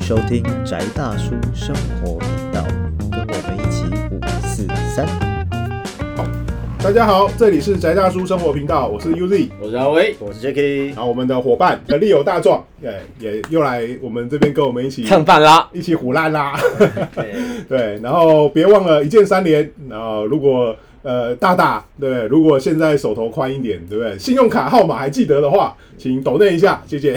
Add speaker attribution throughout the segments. Speaker 1: 收听宅大叔生活频道，跟我们一起五四三。
Speaker 2: 大家好，这里是宅大叔生活频道，我是 UZ，
Speaker 3: 我是阿威，
Speaker 1: 我是 Jacky，
Speaker 2: 然后我们的伙伴呃力友大壮也也又来我们这边跟我们一起
Speaker 3: 蹭饭啦！
Speaker 2: 一起胡烂啦， 对，然后别忘了一键三连，然后如果呃大大对不对，如果现在手头宽一点，对不对？信用卡号码还记得的话，请抖内一下，谢谢。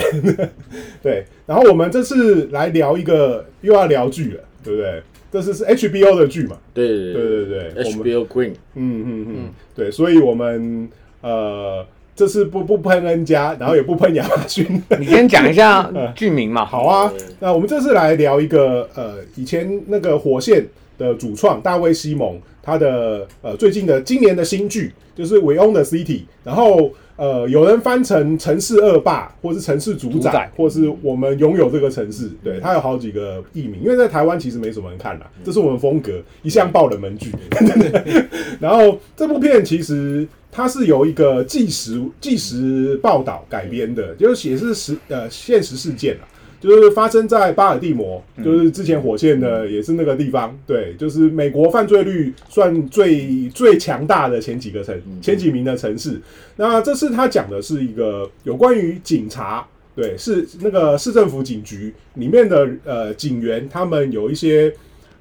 Speaker 2: 对，然后我们这次来聊一个又要聊剧了，对不对？这次是 HBO 的剧嘛？
Speaker 3: 对
Speaker 2: 对对对我们
Speaker 3: ，HBO Queen，
Speaker 2: 嗯嗯嗯，对，所以我们呃这次不不喷人家，然后也不喷亚马逊。
Speaker 4: 你先讲一下剧名嘛。
Speaker 2: 好啊
Speaker 3: 对，
Speaker 2: 那我们这次来聊一个呃，以前那个火线的主创大卫西蒙，他的呃最近的今年的新剧就是《We Own the City》，然后呃有人翻成《城市恶霸》或是《城市主宰》
Speaker 4: 主宰
Speaker 2: 或是我们拥有这个城市，对，它有好几个译名，因为在台湾其实没什么人看啦，这是我们风格，一向爆冷门剧。 然后这部片其实它是由一个纪实纪实报道改编的，就是也是实呃现实事件啊，就是发生在巴尔的摩，就是之前火线的也是那个地方，对，就是美国犯罪率算最最强大的前几个城前几名的城市。那这次他讲的是一个有关于警察。对，是那个市政府警局里面的呃警员，他们有一些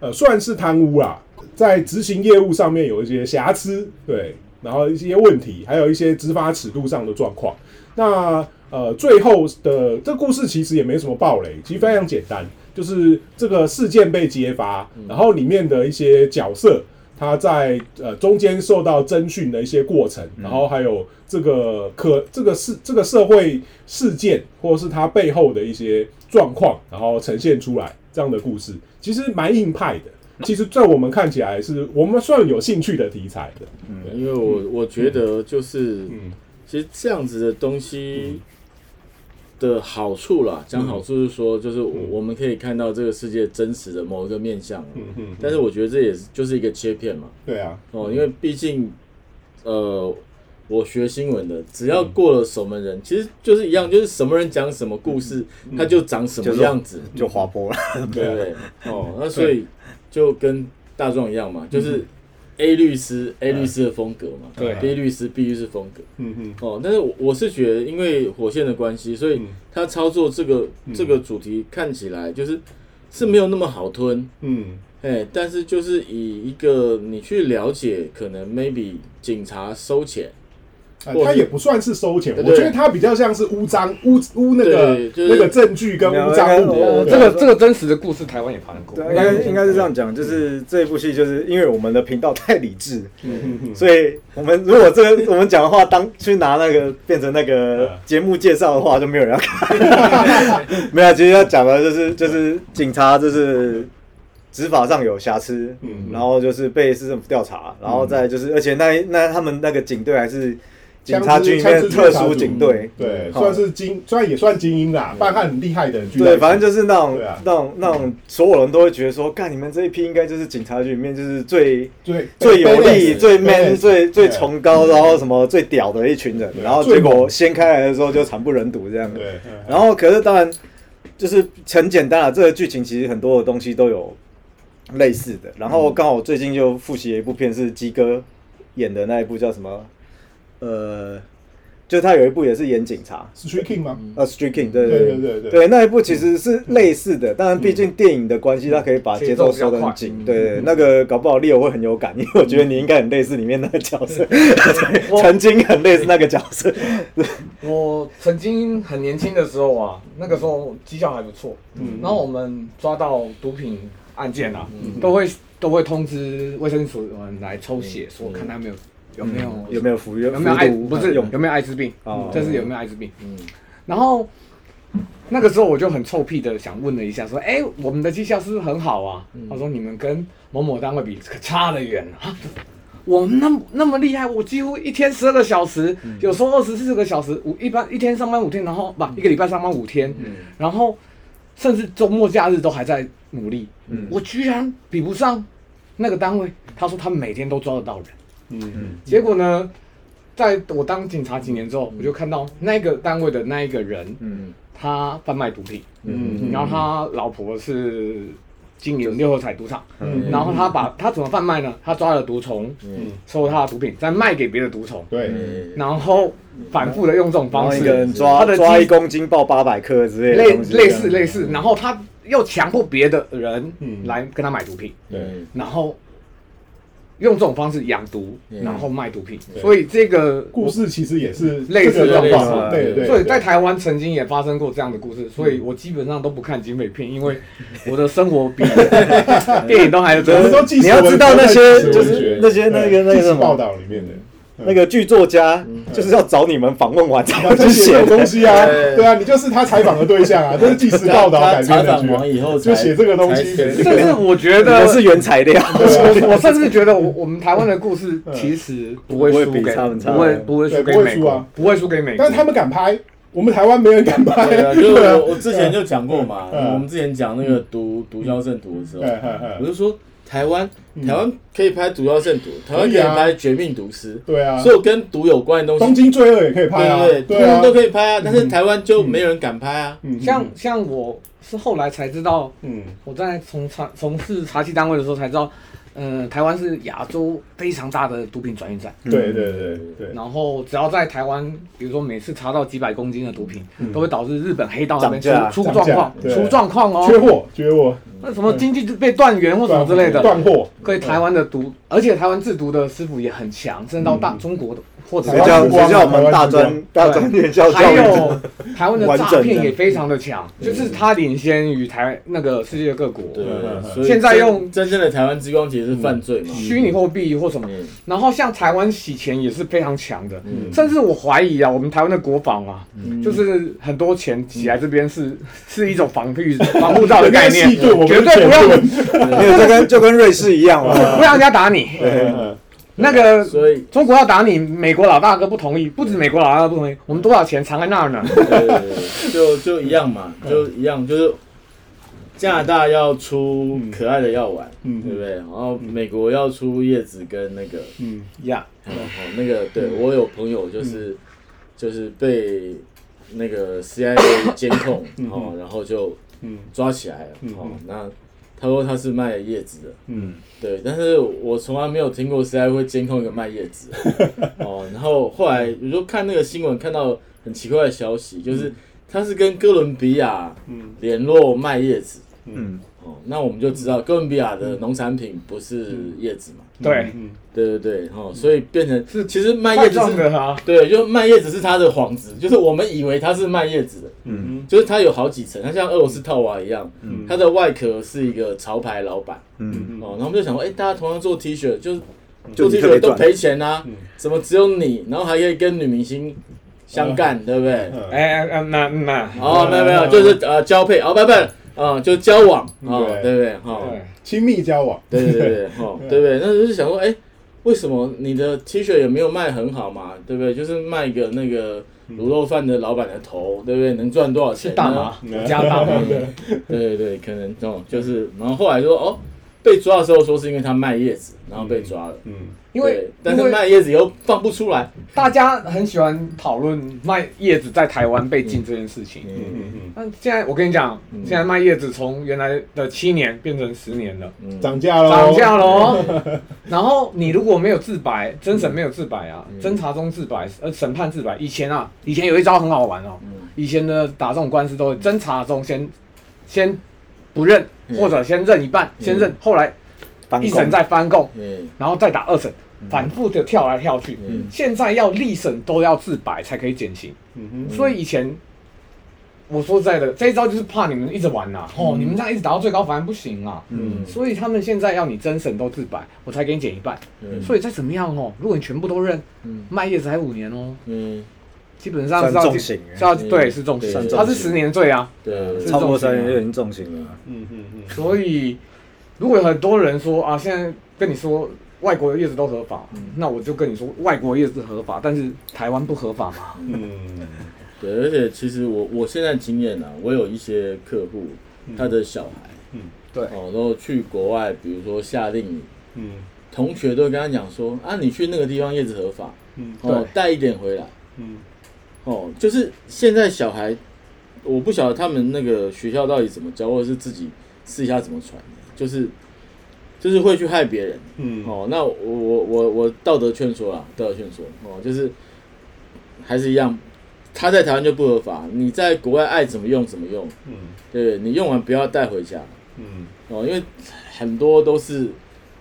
Speaker 2: 呃，算是贪污啦，在执行业务上面有一些瑕疵，对，然后一些问题，还有一些执法尺度上的状况。那呃，最后的这故事其实也没什么暴雷，其实非常简单，就是这个事件被揭发，然后里面的一些角色。他在呃中间受到征询的一些过程，然后还有这个可这个事这个社会事件，或者是它背后的一些状况，然后呈现出来这样的故事，其实蛮硬派的。其实，在我们看起来是我们算有兴趣的题材的，
Speaker 3: 因为我我觉得就是
Speaker 2: 嗯，
Speaker 3: 其实这样子的东西的好处
Speaker 2: 嗯
Speaker 3: 啦，讲好处是说，就是我我们可以看到这个世界真实的某一个面相，
Speaker 2: 嗯嗯，
Speaker 3: 但是我觉得这也是就是一个切片嘛，
Speaker 2: 对啊，
Speaker 3: 哦，因为毕竟呃。我学新闻的，只
Speaker 2: 嗯
Speaker 3: 要过了守门人，其实就是一样，就是什么人讲什么故事，
Speaker 2: 嗯
Speaker 3: 他就长什么
Speaker 1: 就是
Speaker 3: 样子。
Speaker 1: 就滑坡了。
Speaker 3: 对
Speaker 2: 啊
Speaker 3: 不对？哦，那所以就跟大壮一样
Speaker 2: 嗯
Speaker 3: 嘛，就是 A 律师
Speaker 2: 哎
Speaker 3: A 律师的风格嘛，
Speaker 4: 对
Speaker 3: ，B 律师 B 律师风格。
Speaker 2: 嗯嗯
Speaker 3: 哦，但是我我是觉得，因为火线的关系，所以
Speaker 2: 嗯
Speaker 3: 他操作这个这个主题看起来就是是没有那么好吞，
Speaker 2: 嗯
Speaker 3: 哎，但是就是以一个你去了解，可能 maybe 警察收钱，
Speaker 2: 呃
Speaker 3: 或
Speaker 2: 他
Speaker 3: 是
Speaker 2: 也不算是收钱，
Speaker 3: 对
Speaker 2: 我觉得他比较像是污脏污污那个
Speaker 3: 对就是
Speaker 2: 那个证据跟污脏
Speaker 1: 没有哦
Speaker 2: 物
Speaker 4: 呃，
Speaker 1: 对
Speaker 4: 这个这个真实的故事台湾也发生过，
Speaker 1: 对，应该应该是这样讲，就是这一部戏，就是因为我们的频道太理智，
Speaker 2: 嗯嗯
Speaker 1: 所以我们如果这个我们讲的话当去拿那个变成那
Speaker 2: 嗯
Speaker 1: 个节目介绍的话，就没有人要看。 没有，其实要讲的就是就是警察就是执法上有瑕疵，
Speaker 2: 嗯
Speaker 1: 然后就是被市政府调查，然后再就是而且那那他们那个警队还是警察局里面的特殊警队，嗯
Speaker 2: 对，
Speaker 1: 好
Speaker 2: 算是精，虽然也算精英啦，办案很厉害的人居然。
Speaker 1: 对，反正就是那种、
Speaker 2: 对啊
Speaker 1: 那种那种，所有人都会觉得说，干你们这一批应该就是警察局里面就是最
Speaker 2: 最
Speaker 1: 最有力、
Speaker 2: badass
Speaker 1: 最
Speaker 2: badass
Speaker 1: man、最最
Speaker 2: 对
Speaker 1: 崇高，然后什么最屌的一群人，
Speaker 2: 对
Speaker 1: 然后
Speaker 2: 最
Speaker 1: 结
Speaker 2: 猛
Speaker 1: 果掀开来的时候就惨不忍睹这样。
Speaker 2: 对，
Speaker 1: 然后可是当然就是很简单啊，这个剧情其实很多的东西都有类似的。然后刚好我最近就复习了一部片，是鸡哥演的那一部叫什么？呃，就他有一部也是演警察，
Speaker 2: 是 t r i c k i n g 吗？
Speaker 1: 呃 s t r e k i n g 对
Speaker 2: 对
Speaker 1: 对嗯
Speaker 2: 对对对
Speaker 1: 对，那一部其实是类似的，当然毕竟电影的关系，它可以把节奏收得很紧。对对，对那个搞不好 Leo 会很有感，因为我觉得你应该很类似里面那个角 色，曾经很类似那个角色。
Speaker 4: 我曾经很年轻的时候啊，那个时候绩效还不错，嗯，然后我们抓到毒品案件啊，都会都会通知卫生署嗯来抽血，说看他有没有有没有
Speaker 1: 嗯有没有哎服用？
Speaker 4: 有没有艾
Speaker 1: 服毒
Speaker 4: 不是有
Speaker 1: 用？
Speaker 4: 没有艾滋病
Speaker 1: 哦，
Speaker 4: 这是有没有艾滋病，
Speaker 3: 嗯，
Speaker 4: 然后那个时候我就很臭屁的想问了一下，说：“哎、我们的绩效是不是很好啊？”他说：“你们跟某某单位比，可差得远了、啊。” 我那么那么厉害，我几乎一天十二个小时，有时候二十四个小时，五一般一天上班五天，然后不、一个礼拜上班五天，然后甚至周末假日都还在努力。我居然比不上那个单位，他说他每天都抓得到人。
Speaker 2: 嗯
Speaker 4: 结果呢，在我当警察几年之后，我就看到那个单位的那一个人，
Speaker 1: 嗯
Speaker 4: 他贩卖毒品，
Speaker 3: 嗯
Speaker 4: 然后他老婆是经营六合彩赌场，
Speaker 3: 嗯
Speaker 4: 然后他把他怎么贩卖呢？他抓了毒虫，
Speaker 3: 嗯
Speaker 4: 收他的毒品，再卖给别的毒虫，
Speaker 2: 对，
Speaker 3: 嗯
Speaker 4: 然后反复的用这种
Speaker 1: 然
Speaker 4: 方
Speaker 1: 后一
Speaker 4: 式，
Speaker 1: 个
Speaker 4: 他
Speaker 1: 人抓
Speaker 4: 的
Speaker 1: 抓
Speaker 4: 基
Speaker 1: 一公斤爆八百克之类的
Speaker 4: 类
Speaker 1: 东西这样，嗯
Speaker 4: 类似类似，然后他又强迫别的人来跟他买毒品，
Speaker 3: 哎
Speaker 2: 对，
Speaker 4: 然后用这种方式养毒，
Speaker 3: 嗯
Speaker 4: 然后卖毒品，
Speaker 3: 对
Speaker 4: 所以这个
Speaker 2: 故事其实也是
Speaker 4: 类似
Speaker 2: 这个状
Speaker 4: 类似
Speaker 2: 况，
Speaker 3: 类
Speaker 2: 对
Speaker 3: 似
Speaker 2: 对，嗯
Speaker 4: 所以
Speaker 2: 对
Speaker 4: 在台湾曾经也发生过这样的故事，所以我基本上都不看警匪片，因为 我的 生活比电影都还要
Speaker 2: 嗯我们
Speaker 4: 真。
Speaker 2: 都记
Speaker 1: 你要知道那些就是那些那个那个什么
Speaker 2: 报道里面的
Speaker 1: 那个剧作家就是要找你们访问 完才
Speaker 2: 啊，
Speaker 1: 去
Speaker 2: 这
Speaker 1: 嗯写
Speaker 2: 写的
Speaker 1: 的。
Speaker 2: 东西啊，
Speaker 3: 对
Speaker 2: 对啊，你就是他采访的对象啊，这是纪实报道改
Speaker 3: 他
Speaker 2: 编
Speaker 3: 采
Speaker 2: 的
Speaker 3: 访
Speaker 2: 剧啊
Speaker 3: 完， 以后
Speaker 2: 就写这个东西
Speaker 4: 甚至我觉
Speaker 1: 你
Speaker 4: 得
Speaker 1: 们是原材 料，
Speaker 4: 我我甚至觉得我我们台湾的故事
Speaker 2: 嗯
Speaker 4: 其实不会输
Speaker 1: 不会比
Speaker 4: 给
Speaker 1: 他们差
Speaker 4: 不会不会输
Speaker 2: 对
Speaker 4: 给
Speaker 2: 不会
Speaker 4: 美
Speaker 2: 输
Speaker 4: 国
Speaker 2: 啊，
Speaker 4: 不会输给美国。
Speaker 2: 但是他们敢拍，我们台湾没人敢拍，
Speaker 3: 对啊，就是
Speaker 2: 对啊
Speaker 3: 我我之前就讲过 嘛，
Speaker 2: 嗯
Speaker 3: 我们之前讲那个毒毒枭圣徒的时候
Speaker 2: 嗯嗯嗯，
Speaker 3: 我就说台湾台湾可以拍毒枭圣徒，台湾
Speaker 2: 可
Speaker 3: 可
Speaker 2: 以
Speaker 3: 以
Speaker 2: 啊
Speaker 3: 拍绝命毒师，
Speaker 2: 对啊
Speaker 3: 所，有跟毒有关的东
Speaker 2: 东
Speaker 3: 西，
Speaker 2: 京罪恶也可以拍啊，
Speaker 3: 对
Speaker 2: 对
Speaker 3: 对对，通
Speaker 2: 啊
Speaker 3: 通，都可以拍啊，但是台湾就没人敢拍啊，
Speaker 2: 嗯
Speaker 4: 像像我是后来才知道，
Speaker 2: 嗯
Speaker 4: 我在从查从事查缉单位的时候才知道，呃，台湾是亚洲非常大的毒品转运站。
Speaker 2: 对对对对，
Speaker 4: 然后只要在台湾，比如说每次查到几百公斤的毒品，都会导致日本黑道那边
Speaker 1: 涨价
Speaker 4: 出出
Speaker 2: 涨
Speaker 4: 状
Speaker 2: 价
Speaker 4: 况，
Speaker 2: 对
Speaker 4: 出状况
Speaker 2: 缺
Speaker 4: 哦。
Speaker 2: 货缺货，
Speaker 4: 那什么经济被断元或什么之类的，
Speaker 2: 断货，
Speaker 4: 所以台湾的毒，而且台湾制毒的师傅也很强，甚至到大中国的或者
Speaker 1: 谁
Speaker 2: 台湾
Speaker 1: 叫
Speaker 2: 之
Speaker 1: 谁
Speaker 2: 光啊
Speaker 1: 叫我们
Speaker 2: 台湾
Speaker 1: 大
Speaker 2: 之光
Speaker 1: 专大专院校教
Speaker 4: 还
Speaker 1: 育？
Speaker 4: 有台湾的诈骗也非常的强，就是它领先于台那个世界各国。
Speaker 3: 对
Speaker 2: 嗯，
Speaker 3: 所以
Speaker 4: 现在
Speaker 3: 真
Speaker 4: 用
Speaker 3: 真正的台湾之光其实是犯罪嘛，
Speaker 4: 虚拟货币或什么，
Speaker 3: 嗯
Speaker 4: 然后像台湾洗钱也是非常强的，
Speaker 3: 嗯
Speaker 4: 甚至我怀疑啊，我们台湾的国防啊，就是很多钱挤来这边是、 是一种防御防护罩的概 念，
Speaker 2: 那个细盾我们
Speaker 4: 绝对不
Speaker 2: 是
Speaker 4: 让
Speaker 2: 卷
Speaker 1: 没有，就跟就跟瑞士一样
Speaker 4: 不
Speaker 1: 嘛。
Speaker 4: 让人家 打你。
Speaker 2: 嗯
Speaker 4: 那个
Speaker 3: 所以
Speaker 4: 中国要打你，美国老大哥不同意，不止美国老大哥不同意，我们多少钱藏在那儿呢？
Speaker 2: 嗯
Speaker 3: 对对对就就一样嘛，就一样，就是加拿大要出可爱的药丸，
Speaker 2: 嗯
Speaker 3: 对不对？然后美国要出叶子跟那个，
Speaker 2: 嗯
Speaker 4: 呀、
Speaker 3: 然后那个，对我有朋友就是、就是被那个 CIA 监控，哦，然后就
Speaker 2: 嗯
Speaker 3: 抓起来了，哦，那他说他是卖叶子的。
Speaker 2: 嗯，
Speaker 3: 对，但是我从来没有听过 CI 会监控一个卖叶子哦。然后后来我就看那个新闻，看到很奇怪的消息，就是
Speaker 1: 嗯
Speaker 3: 他是跟哥伦比亚联络卖叶子
Speaker 1: 嗯，嗯
Speaker 3: 哦。那我们就知道哥伦比亚的农产品不是叶子嘛？
Speaker 4: 对，
Speaker 2: 嗯
Speaker 3: 对对对，哦，所以变成
Speaker 4: 是
Speaker 3: 其实卖
Speaker 4: 太
Speaker 3: 叶子
Speaker 4: 重
Speaker 3: 是，
Speaker 4: 了啊！
Speaker 3: 对，就卖叶子是他的幌子，就是我们以为他是卖叶子的，
Speaker 1: 嗯
Speaker 3: 就是它有好几层，它像俄罗斯套娃一样，它的外壳是一个潮牌老板。
Speaker 1: 嗯，
Speaker 3: 哦，然后我们就想说，哎、大家同样做 T 恤，就是做
Speaker 1: 就你
Speaker 3: T
Speaker 1: 特别
Speaker 3: 恤都
Speaker 1: 赚嗯
Speaker 3: 赔钱啊，怎么只有你，然后还可以跟女明星相干，对不对？
Speaker 2: 嗯
Speaker 4: 哎哎哎，那那
Speaker 3: 哦，没有没有，
Speaker 2: 嗯
Speaker 3: 就是呃交配，哦，不不，嗯，就交往，哦，
Speaker 2: 对
Speaker 3: 对不对？哦，
Speaker 4: 对，
Speaker 2: 亲密交往，
Speaker 3: 对对对对，哦，对不对？那就是想说，哎，为什么你的 T 恤也没有卖很好嘛，对不对？就是卖个那个卤肉饭的老板的头，对不对？能赚多少钱
Speaker 4: 是
Speaker 3: 呢？
Speaker 4: 大麻，
Speaker 2: 嗯
Speaker 4: 我家 大麻。
Speaker 3: 对对对，可能哦，就是，然后后来说哦，被抓的时候说是因为他卖叶子，然后被抓了。
Speaker 2: 嗯，
Speaker 4: 因为
Speaker 3: 对但是
Speaker 4: 因为
Speaker 3: 卖叶子以后放不出来，
Speaker 4: 大家很喜欢讨论卖叶子在台湾被禁这件事情。
Speaker 3: 嗯
Speaker 2: 嗯
Speaker 4: 那现在我跟你讲，现在卖叶子从原来的七年变成十年了，
Speaker 3: 嗯
Speaker 2: 嗯，涨价喽，
Speaker 4: 涨价喽。 然后你如果没有自白，侦审没有自白啊，
Speaker 3: 嗯
Speaker 4: 侦查中自白，呃，审判自白。以前啊，以前有一招很好玩哦，
Speaker 3: 嗯
Speaker 4: 以前呢打这种官司都会侦查中先先不认，
Speaker 3: 嗯
Speaker 4: 或者先认一半，先认，后来
Speaker 1: 翻
Speaker 4: 一
Speaker 1: 供
Speaker 4: 审再翻供，
Speaker 3: 嗯，
Speaker 4: 然后再打二审，反复的跳来跳去。
Speaker 3: 嗯
Speaker 4: 现在要立审都要自白才可以减刑，
Speaker 2: 嗯
Speaker 4: 所以以前我说实在的，这一招就是怕你们一直玩呐、哦，你们这样一直打到最高反而不行啊。
Speaker 3: 嗯
Speaker 4: 所以他们现在要你真审都自白，我才给你减一半。
Speaker 3: 嗯
Speaker 4: 所以再怎么样哦，如果你全部都认，
Speaker 3: 嗯
Speaker 4: 卖叶子还五年哦，
Speaker 3: 嗯，
Speaker 4: 基本上是
Speaker 1: 算
Speaker 4: 要
Speaker 1: 重刑啊
Speaker 4: 是要
Speaker 3: 嗯
Speaker 4: 对是重刑
Speaker 3: 算，
Speaker 1: 重
Speaker 4: 他是
Speaker 3: 刑
Speaker 4: 十年罪啊。
Speaker 3: 对，
Speaker 4: 是
Speaker 1: 超过三年就已经重刑了。
Speaker 2: 嗯嗯
Speaker 4: 所以，如果有很多人说啊，现在跟你说外国的叶子都合法，
Speaker 2: 嗯
Speaker 4: 那我就跟你说外国叶子合法，但是台湾不合法嘛。
Speaker 2: 嗯
Speaker 3: 对，而且其实我我现在经验啊，我有一些客户，他的小孩
Speaker 4: 嗯对
Speaker 3: 哦，然后去国外，比如说夏令营，
Speaker 2: 嗯
Speaker 3: 同学都会跟他讲说啊，你去那个地方叶子合法，
Speaker 2: 嗯
Speaker 3: 哦
Speaker 4: 对，
Speaker 3: 带一点回来，
Speaker 2: 嗯
Speaker 3: 哦，就是现在小孩我不晓得他们那个学校到底怎么教，或者是自己试一下怎么传的，就是就是会去害别人。
Speaker 2: 嗯，
Speaker 3: 哦，那我我我我道德劝说啊，道德劝说哦，就是还是一样，他在台湾就不合法，你在国外爱怎么用怎么用，
Speaker 2: 嗯
Speaker 3: 对你用完不要带回家
Speaker 2: 嗯，
Speaker 3: 哦，因为很多都是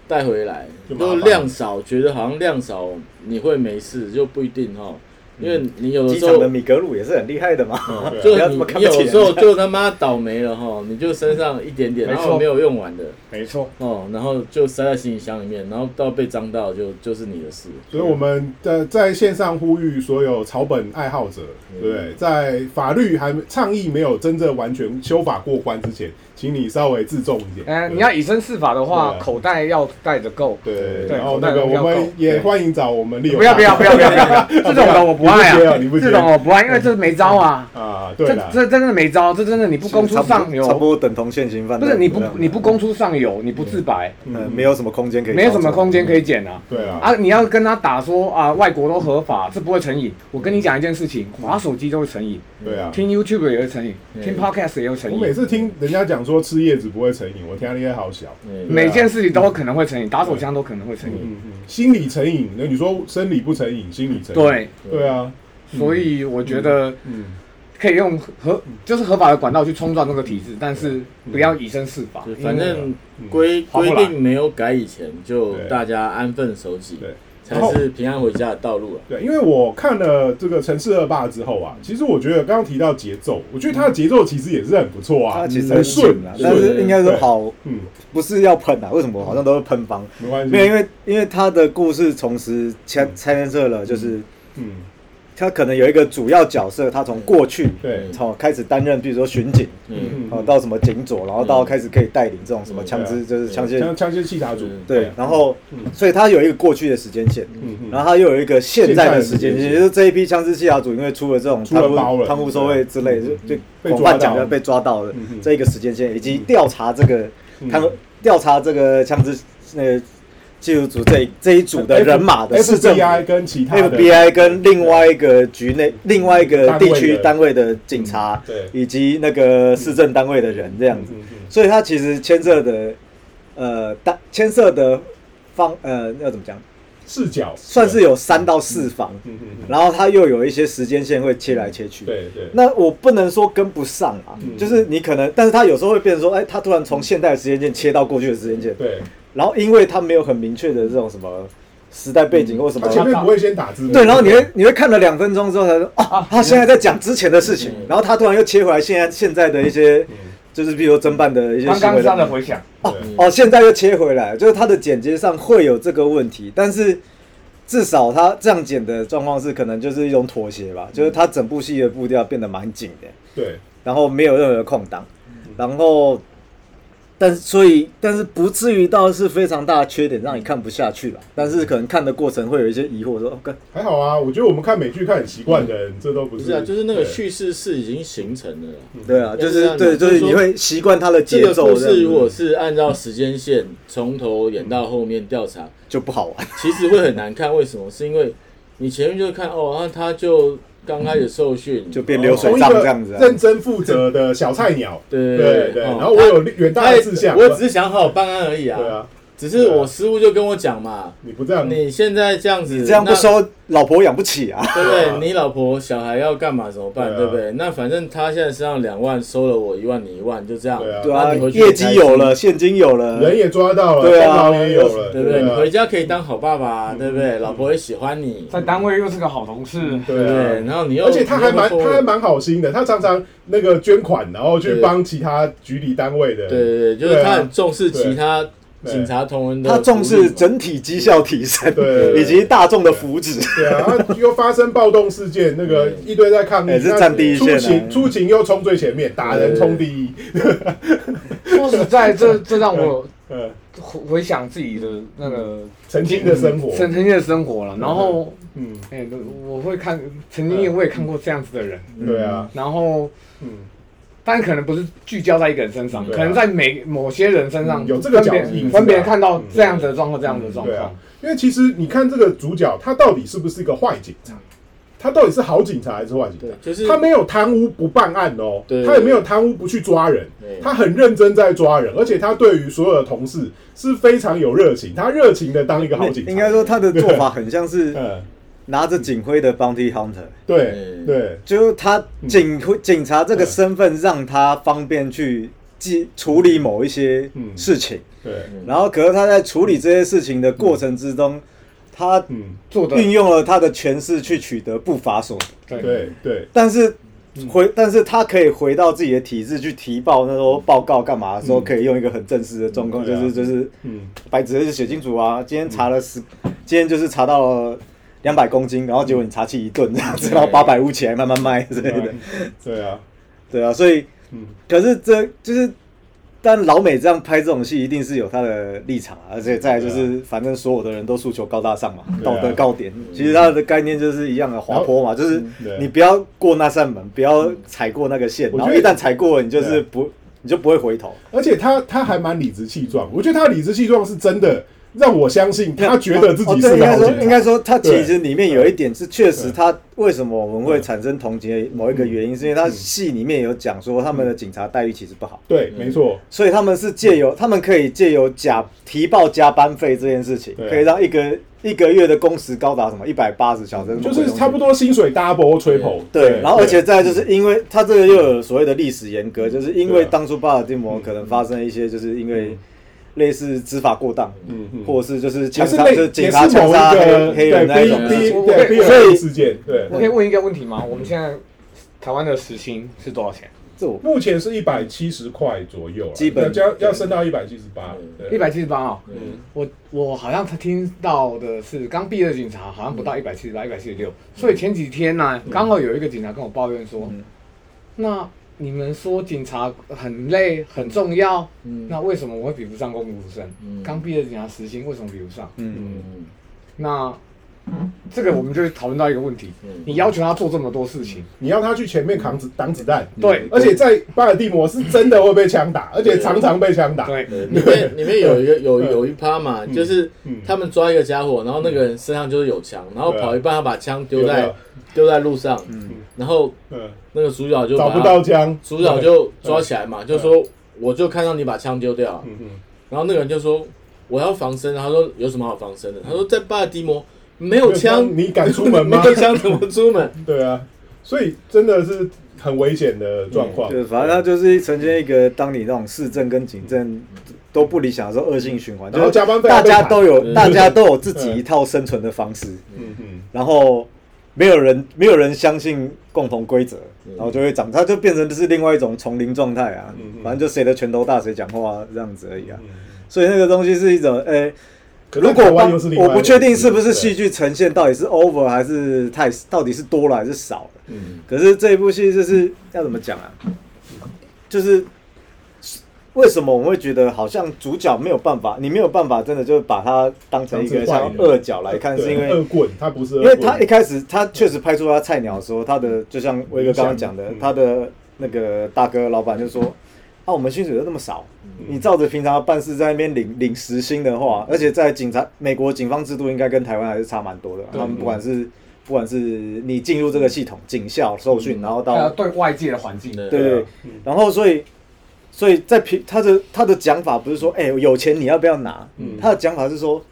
Speaker 3: 带回来
Speaker 2: 就，麻
Speaker 3: 都
Speaker 2: 烦
Speaker 3: 量少，觉得好像量少你会没事，就不一定哈、哦，因为你有的
Speaker 1: 嗯机
Speaker 3: 时
Speaker 1: 场
Speaker 3: 候
Speaker 1: 的米格鲁也是很厉害的嘛，
Speaker 4: 嗯
Speaker 2: 对啊
Speaker 3: 就是
Speaker 1: 不要这
Speaker 3: 你
Speaker 1: 么看不
Speaker 3: 有
Speaker 1: 起人
Speaker 3: 时候就他妈倒霉了哈，你就身上一点点，
Speaker 4: 没
Speaker 3: 然
Speaker 4: 错
Speaker 3: 后没有用完的
Speaker 4: 没错，
Speaker 3: 哦，然后就塞在行李箱里面，然后到被脏到就就是你的事。
Speaker 2: 所以我们的在线上呼吁所有草本爱好者，对不对？在法律还倡议没有真正完全修法过关之前，请你稍微自重一点。
Speaker 4: 嗯、
Speaker 2: 对
Speaker 4: 你要以身试法的话，
Speaker 2: 对啊
Speaker 4: 口袋要带着够。
Speaker 2: 对，
Speaker 4: 对
Speaker 2: 然后那个
Speaker 4: 口袋
Speaker 2: 我
Speaker 4: 要
Speaker 2: 们
Speaker 4: 够
Speaker 2: 也
Speaker 4: 对
Speaker 2: 欢迎找我们利友
Speaker 4: 不要 不要不要不要不要！这种的我不爱
Speaker 2: 你不接哦
Speaker 4: 啊
Speaker 2: 你，不接
Speaker 4: 这种我不爱，因为这没招啊，
Speaker 2: 啊，对
Speaker 4: 这
Speaker 2: 了，
Speaker 4: 这真的没招，这真的你不公出
Speaker 1: 差不多
Speaker 4: 上
Speaker 1: 差不
Speaker 4: 游，
Speaker 1: 多等同现行犯
Speaker 4: 不
Speaker 1: 的
Speaker 4: 是
Speaker 1: 量。
Speaker 4: 你
Speaker 2: 啊
Speaker 4: 不你不公出上游，你不自白，
Speaker 1: 嗯，没有什么空间可以，
Speaker 4: 没有什么空间可以捡啊。
Speaker 2: 对啊，
Speaker 4: 啊，你要跟他打说啊，外国都合法，这不会成瘾。我跟你讲一件事
Speaker 2: 嗯
Speaker 4: 情，滑手机都会成瘾，
Speaker 2: 对啊。
Speaker 4: 听 YouTube 也会成瘾，
Speaker 3: 嗯
Speaker 4: 听 Podcast 也会成
Speaker 2: 我每
Speaker 4: 瘾，
Speaker 2: 次听人家讲说吃叶子不会成瘾，我听他那些好小。
Speaker 3: 嗯
Speaker 4: 每件事情都可能会成瘾，打手枪都可能会成瘾。
Speaker 2: 嗯嗯，心理成瘾，那你说生理不成瘾，心理成瘾。
Speaker 4: 对，
Speaker 2: 对啊，
Speaker 4: 所以我觉得
Speaker 2: 嗯，
Speaker 4: 可以用合就是合法的管道去冲撞这个体制，但是不要以身试法
Speaker 3: 就。反正
Speaker 2: 嗯
Speaker 3: 规
Speaker 4: 划不
Speaker 3: 规
Speaker 4: 来
Speaker 3: 定没有改以前，就
Speaker 2: 对
Speaker 3: 大家安分守己
Speaker 2: 对，
Speaker 3: 才是平安回家的道路啊。
Speaker 2: 对，因为我看了这个《城市恶霸》之后啊，其实我觉得刚刚提到节奏，我觉得他的节奏其实也是很不错啊，
Speaker 1: 他其实
Speaker 4: 嗯
Speaker 2: 很顺
Speaker 1: 顺啊，但是应该说
Speaker 2: 对
Speaker 1: 好，
Speaker 2: 嗯，
Speaker 1: 不是要喷啊？为什么好像都是喷方？
Speaker 2: 没
Speaker 4: 嗯
Speaker 2: 关
Speaker 1: 没有，因
Speaker 2: 系，
Speaker 1: 为因为他的故事同时牵牵涉了，就是
Speaker 2: 嗯，
Speaker 1: 他可能有一个主要角色，他从过去
Speaker 2: 对，
Speaker 1: 从开始担任，比如说巡警，
Speaker 3: 嗯，
Speaker 1: 哦，
Speaker 2: 嗯，
Speaker 1: 到什么警佐，然后
Speaker 4: 嗯
Speaker 1: 到开始可以带领这种什么枪
Speaker 4: 啊
Speaker 1: 支，就是枪械，
Speaker 2: 枪枪械器察组，
Speaker 1: 对，然后
Speaker 2: 嗯
Speaker 1: 所以他有一个过去的时间线，
Speaker 2: 嗯嗯，
Speaker 1: 然后他又有一个现在的时间
Speaker 2: 现在的时间
Speaker 1: 线，
Speaker 2: 线
Speaker 1: 也就是这一批枪支器械组，因为出了这种
Speaker 2: 出了
Speaker 1: 贪
Speaker 2: 包
Speaker 1: 污
Speaker 2: 了
Speaker 1: 贪污受贿之类，
Speaker 2: 嗯
Speaker 1: 就就
Speaker 2: 被
Speaker 1: 广
Speaker 2: 抓
Speaker 1: 泛讲
Speaker 2: 到
Speaker 1: 的被抓到了
Speaker 2: 嗯嗯
Speaker 1: 这一个时间线，以及调查这个
Speaker 2: 嗯
Speaker 1: 贪调查这个枪支那个技术组这一这一组的人马
Speaker 2: 哎
Speaker 1: 的市政
Speaker 2: FBI
Speaker 1: 府
Speaker 2: 跟其他的嗯
Speaker 1: FBI 跟另外一个局内另外一个地区单
Speaker 2: 单
Speaker 1: 位的警察
Speaker 2: 嗯对，
Speaker 1: 以及那个市政单位的人这样子，
Speaker 2: 嗯嗯
Speaker 1: 所以他其实牵涉的呃单牵涉的方呃要怎么讲，
Speaker 2: 视角
Speaker 1: 算是，有三到四方，
Speaker 2: 嗯嗯嗯，
Speaker 1: 然后他又有一些时间线会切来切去，
Speaker 2: 对对，
Speaker 1: 那我不能说跟不上啊，
Speaker 2: 嗯
Speaker 1: 就是你可能，但是他有时候会变成说，哎，他突然从现代的时间线切到过去的时间线，
Speaker 2: 对，
Speaker 1: 然后因为他没有很明确的这种什么时代背景或什么
Speaker 2: 他，前面不会先打字幕，
Speaker 1: 对，然后你会你会看了两分钟之后才说，哦，他现在在讲之前的事情，然后他突然又切回来现在现在的一些，就是比如说侦办的一些
Speaker 4: 刚
Speaker 1: 行为
Speaker 4: 刚杀的
Speaker 1: 的，
Speaker 4: 回响，
Speaker 2: 对
Speaker 1: 哦，现在又切回来，就是他的剪接上会有这个问题，但是。至少他这样剪的状况是，可能就是一种妥协吧，就是他整部戏的步调变得蛮紧的。
Speaker 2: 对，
Speaker 1: 然后没有任何空档，然后，但是所以但是不至于到是非常大的缺点让你看不下去了，但是可能看的过程会有一些疑惑，说哦，干
Speaker 2: 还好啊，我觉得我们看美剧看很习惯的人，这都不
Speaker 3: 不
Speaker 2: 是，
Speaker 3: 是啊，就是那个
Speaker 2: 嗯对嗯
Speaker 3: 叙事是已经形成的了啦。
Speaker 1: 对啊，就
Speaker 3: 要
Speaker 1: 是
Speaker 3: 不然
Speaker 1: 对，
Speaker 3: 你
Speaker 1: 就是
Speaker 3: 就
Speaker 1: 你
Speaker 3: 说
Speaker 1: 会习惯它的
Speaker 3: 这
Speaker 1: 节
Speaker 3: 个
Speaker 1: 奏，
Speaker 3: 故
Speaker 1: 这
Speaker 3: 事如
Speaker 1: 样
Speaker 3: 果
Speaker 1: 子
Speaker 3: 是按照时间线从头演到后面调查，
Speaker 1: 就不好玩。
Speaker 3: 其实会很难看。为什么？是因为你前面就看哦，啊他就刚开始受训，
Speaker 1: 就变流水账这样子
Speaker 2: 哦从
Speaker 1: 啊
Speaker 2: 一个认真负责的小菜鸟，
Speaker 3: 对
Speaker 2: 对对。
Speaker 3: 哦
Speaker 2: 然后我有远大
Speaker 3: 他
Speaker 2: 的志向，
Speaker 3: 我只是想好好办案而已
Speaker 2: 对啊，嗯
Speaker 3: 只是我师傅就跟我讲嘛，
Speaker 2: 你不这样，
Speaker 3: 你现在这样子，
Speaker 1: 这样不
Speaker 3: 那
Speaker 1: 收，老婆养不起啊。
Speaker 3: 对不
Speaker 2: 对啊
Speaker 3: 对？你老婆小孩要干嘛怎么办？
Speaker 2: 对啊
Speaker 3: 对不对？那反正他现在身上两万，收了我一万，你一万，就这样。
Speaker 2: 对啊
Speaker 1: 对
Speaker 3: 那
Speaker 1: 啊
Speaker 3: 你回，去
Speaker 1: 业绩有了，现金有
Speaker 2: 人
Speaker 1: 了，
Speaker 2: 也抓到了，
Speaker 1: 对啊
Speaker 2: 功劳也有了，
Speaker 3: 开心，对不对？你
Speaker 2: 啊嗯
Speaker 3: 回家可以当好爸爸，对不对？老婆也喜欢你，
Speaker 4: 在单位又是个好同事，
Speaker 3: 对不
Speaker 2: 对
Speaker 3: 对？
Speaker 2: 啊。
Speaker 3: 然后你又，
Speaker 2: 而且他还蛮
Speaker 3: 你又会
Speaker 2: 他还蛮好心的，他常常那个捐款，然后去
Speaker 3: 对
Speaker 2: 帮其他局里单位的，
Speaker 3: 对对对，就是
Speaker 2: 对啊
Speaker 3: 他很重视其他
Speaker 2: 对
Speaker 3: 警察同仁的福利
Speaker 1: 他
Speaker 3: 嘛，
Speaker 1: 重视整体绩效提升
Speaker 2: 对
Speaker 1: 以及大众的福祉。
Speaker 2: 对啊，然后又发生暴动事件，那个一堆在抗
Speaker 1: 哎
Speaker 2: 议，
Speaker 1: 是
Speaker 2: 那
Speaker 1: 站第一线啊
Speaker 2: 出勤出勤又冲最前面，打人冲第一，
Speaker 4: 说实在，这这让我
Speaker 2: 呃，
Speaker 4: 回回想自己的那个
Speaker 2: 曾经的生活，
Speaker 4: 曾曾经的生活了。然后，
Speaker 2: 嗯，
Speaker 4: 哎、我会看，曾经我也看过这样子的人。
Speaker 2: 对啊，
Speaker 4: 然后，
Speaker 2: 嗯，
Speaker 4: 但可能不是聚焦在一个人身上，
Speaker 2: 对啊
Speaker 4: 可能在每某些人身上
Speaker 2: 嗯有这个
Speaker 4: 分别
Speaker 2: 角度
Speaker 4: 分别看到这样子的状况，这样子的状
Speaker 2: 对啊
Speaker 4: 况。，
Speaker 2: 因为其实你看这个主角，他到底是不是一个坏警察？他到底是好警察还是坏警察
Speaker 3: 对？就是
Speaker 2: 他没有贪污不办案哦，
Speaker 3: 对
Speaker 2: 他也没有贪污不去抓人
Speaker 3: 对，
Speaker 2: 他很认真在抓人，而且他对于所有的同事是非常有热情，他热情的当一个好警察。
Speaker 1: 应该说，他的做法很像是
Speaker 2: 嗯，
Speaker 1: 拿着警徽的
Speaker 3: 嗯
Speaker 1: bounty hunter，
Speaker 2: 对
Speaker 3: 对
Speaker 2: 对
Speaker 1: 就是他警
Speaker 3: 嗯
Speaker 1: 徽警察这个身份让他方便去记处理某一些
Speaker 2: 嗯
Speaker 1: 事情，
Speaker 2: 对，
Speaker 3: 嗯
Speaker 1: 然后可是他在处理这些事情的过程之中，他
Speaker 2: 嗯，
Speaker 4: 做的
Speaker 1: 运用了他的权势去取得不法所得，
Speaker 4: 对，
Speaker 2: 对对
Speaker 1: 但是
Speaker 2: 嗯
Speaker 1: 回，但是他可以回到自己的体制去提报，那时候报告干嘛的时候，
Speaker 2: 嗯
Speaker 1: 可以用一个很正式的状况，
Speaker 2: 嗯
Speaker 1: 就
Speaker 2: 对啊
Speaker 1: 是就是
Speaker 2: 嗯
Speaker 1: 白纸黑字写清楚啊，今天查了十，今天就是查到了。两百公斤，然后结果你查气一顿这样子，然后八百五起来慢慢卖之类的，
Speaker 2: 对啊，
Speaker 1: 对啊，所以
Speaker 2: 嗯
Speaker 1: 可是这就是，但老美这样拍这种戏一定是有他的立场啊，而且再来就是，反正所有的人都诉求高大上嘛，
Speaker 2: 对啊
Speaker 1: 道德高点，其实他的概念就是一样的滑坡嘛，就是
Speaker 2: 嗯对嗯
Speaker 1: 你不要过那扇门，不要踩过那个线，
Speaker 2: 我
Speaker 1: 然
Speaker 2: 觉
Speaker 1: 后
Speaker 2: 得
Speaker 1: 一旦踩过了，你就
Speaker 2: 对
Speaker 1: 是
Speaker 2: 啊
Speaker 1: 不，你就不会回头。
Speaker 2: 而且他他还蛮理直气壮，我觉得他理直气壮是真的让我相信他觉得自
Speaker 1: 哦
Speaker 2: 己
Speaker 1: 对
Speaker 2: 是
Speaker 1: 应
Speaker 2: 个
Speaker 1: 该
Speaker 2: 好
Speaker 1: 说
Speaker 2: 警察。
Speaker 1: 应该说，他
Speaker 2: 对
Speaker 1: 其实里面有一点是确实，
Speaker 2: 对嗯
Speaker 1: 他为什么我们会产生同情的某一个原因，是因为他戏里面有讲说他们的警察待遇其实不好。
Speaker 2: 对，没错，
Speaker 1: 所以他们是借由他们可以借由假提报加班费这件事情，
Speaker 2: 对啊
Speaker 1: 可以让一个一个月的工时高达什么一百八十小时，
Speaker 2: 就是差不。多薪水 double triple。
Speaker 1: 对，然后而且再来就是因为他这个又有所谓的历史严格，就是因为
Speaker 2: 嗯对啊
Speaker 1: 当初巴尔的摩可能发生一些，就是因为类似执法过当，
Speaker 2: 嗯嗯
Speaker 1: 或者是就是警
Speaker 2: 还是
Speaker 1: 察
Speaker 2: 类
Speaker 1: 就是
Speaker 2: 也
Speaker 1: 警察
Speaker 2: 是
Speaker 1: 枪
Speaker 2: 某
Speaker 1: 杀
Speaker 2: 一
Speaker 1: 黑
Speaker 2: 个
Speaker 1: 黑人那一种
Speaker 2: 对
Speaker 1: 的
Speaker 2: 第
Speaker 1: 事
Speaker 2: 一
Speaker 1: 情，
Speaker 4: 我
Speaker 2: 对第
Speaker 1: 所
Speaker 2: 二
Speaker 1: 以
Speaker 2: 事件，对
Speaker 4: 我，可以问一个问题吗？我们现在台湾的时薪是多少钱？
Speaker 1: 这我
Speaker 2: 目前是一百七十块左右啦，
Speaker 1: 基本
Speaker 2: 要要要升到一百七十八，
Speaker 4: 一
Speaker 2: 对
Speaker 4: 百七十八哦。
Speaker 3: 嗯
Speaker 4: 我我好像听到的是，刚毕业的警察好像
Speaker 3: 嗯
Speaker 4: 不到一百七十八、一百七十六，所以前几天呢、刚好有一个警察跟我抱怨说，
Speaker 3: 嗯
Speaker 4: 那你们说警察很累很重要，
Speaker 3: 嗯
Speaker 4: 那为什么我会比不上公务生
Speaker 3: 嗯？
Speaker 4: 刚毕业的警察时薪为什么比不上？
Speaker 1: 嗯，
Speaker 3: 嗯
Speaker 4: 那这个我们就讨论到一个问题
Speaker 3: 嗯，
Speaker 4: 你要求他做这么多事情，
Speaker 2: 你要他去前面扛子挡子弹，
Speaker 4: 对
Speaker 2: 而且在巴尔的摩是真的会被枪打，而且常常被枪打，
Speaker 4: 对，
Speaker 3: 嗯对里面里面 有一个有有一趴嘛，就是
Speaker 2: 嗯啊
Speaker 3: 他们抓一个家伙，然后那个人身上就是有枪，然后跑一半他把枪丢
Speaker 2: 丢
Speaker 3: 在
Speaker 2: 掉
Speaker 3: 丢在路上，然后
Speaker 2: 嗯，
Speaker 3: 那个主角就
Speaker 2: 找
Speaker 3: 把
Speaker 2: 不
Speaker 3: 他
Speaker 2: 到枪，
Speaker 3: 主角就抓起来嘛，就说我就看到你把枪丢掉，
Speaker 2: 嗯嗯，
Speaker 3: 然后那个人就说我要防身，他说有什么好防
Speaker 2: 嗯
Speaker 3: 身的？他说在巴尔的摩没有枪，
Speaker 2: 你敢出门吗
Speaker 3: 没？有枪怎么出门？
Speaker 2: 对啊，所以真的是很危险的状况，
Speaker 1: 嗯对，反正他就是呈现一个，当你那种市政跟警政都不理想的时候，恶性循环，
Speaker 2: 然后
Speaker 1: 就是
Speaker 2: 加班费
Speaker 1: 大
Speaker 2: 还被
Speaker 1: 家
Speaker 2: 砍
Speaker 1: 都有
Speaker 3: 嗯
Speaker 1: 大家都有自己一套生存的方式，
Speaker 2: 嗯嗯，
Speaker 1: 然后没有人没有人相信共同规则，然后就会长，它就变成就是另外一种丛林状态啊
Speaker 2: 嗯嗯嗯，嗯
Speaker 1: 反正就谁的拳头大谁讲话、这样子而已啊，所以那个东西是一种呃。
Speaker 2: 可是
Speaker 1: 如果
Speaker 2: 台湾
Speaker 1: 我
Speaker 2: 又是另外一
Speaker 1: 我
Speaker 2: 个
Speaker 1: 不确定是不是
Speaker 2: 对
Speaker 1: 戏剧呈现到底是 over 还是太到底是多了还是少了，
Speaker 2: 嗯
Speaker 1: 可是这一部戏就是要怎么讲啊？就是为什么我们会觉得好像主角没有办法，你没有办法真的就把他当成一个像恶角来看，是因
Speaker 2: 对恶
Speaker 1: 为
Speaker 2: 棍，他不是恶
Speaker 1: 因
Speaker 2: 棍，
Speaker 1: 为他一开始他确实拍出他菜鸟的时候，他的就像威哥刚刚讲的
Speaker 2: 嗯，
Speaker 1: 他的那个大哥老板就说。啊，我们薪水都那么少，你照着平常的办事在那边领领时薪的话，而且在警察美国警方制度应该跟台湾还是差蛮多的。他们不管是不管是你进入这个系统，警校受训，然后
Speaker 4: 还有
Speaker 1: 到
Speaker 4: 对外界的环境，
Speaker 3: 对
Speaker 1: 对
Speaker 2: 对
Speaker 1: 对
Speaker 2: 啊，
Speaker 1: 然后所以所以在平他的他的讲法不是说，哎、有钱你要不要拿？他的讲法是说，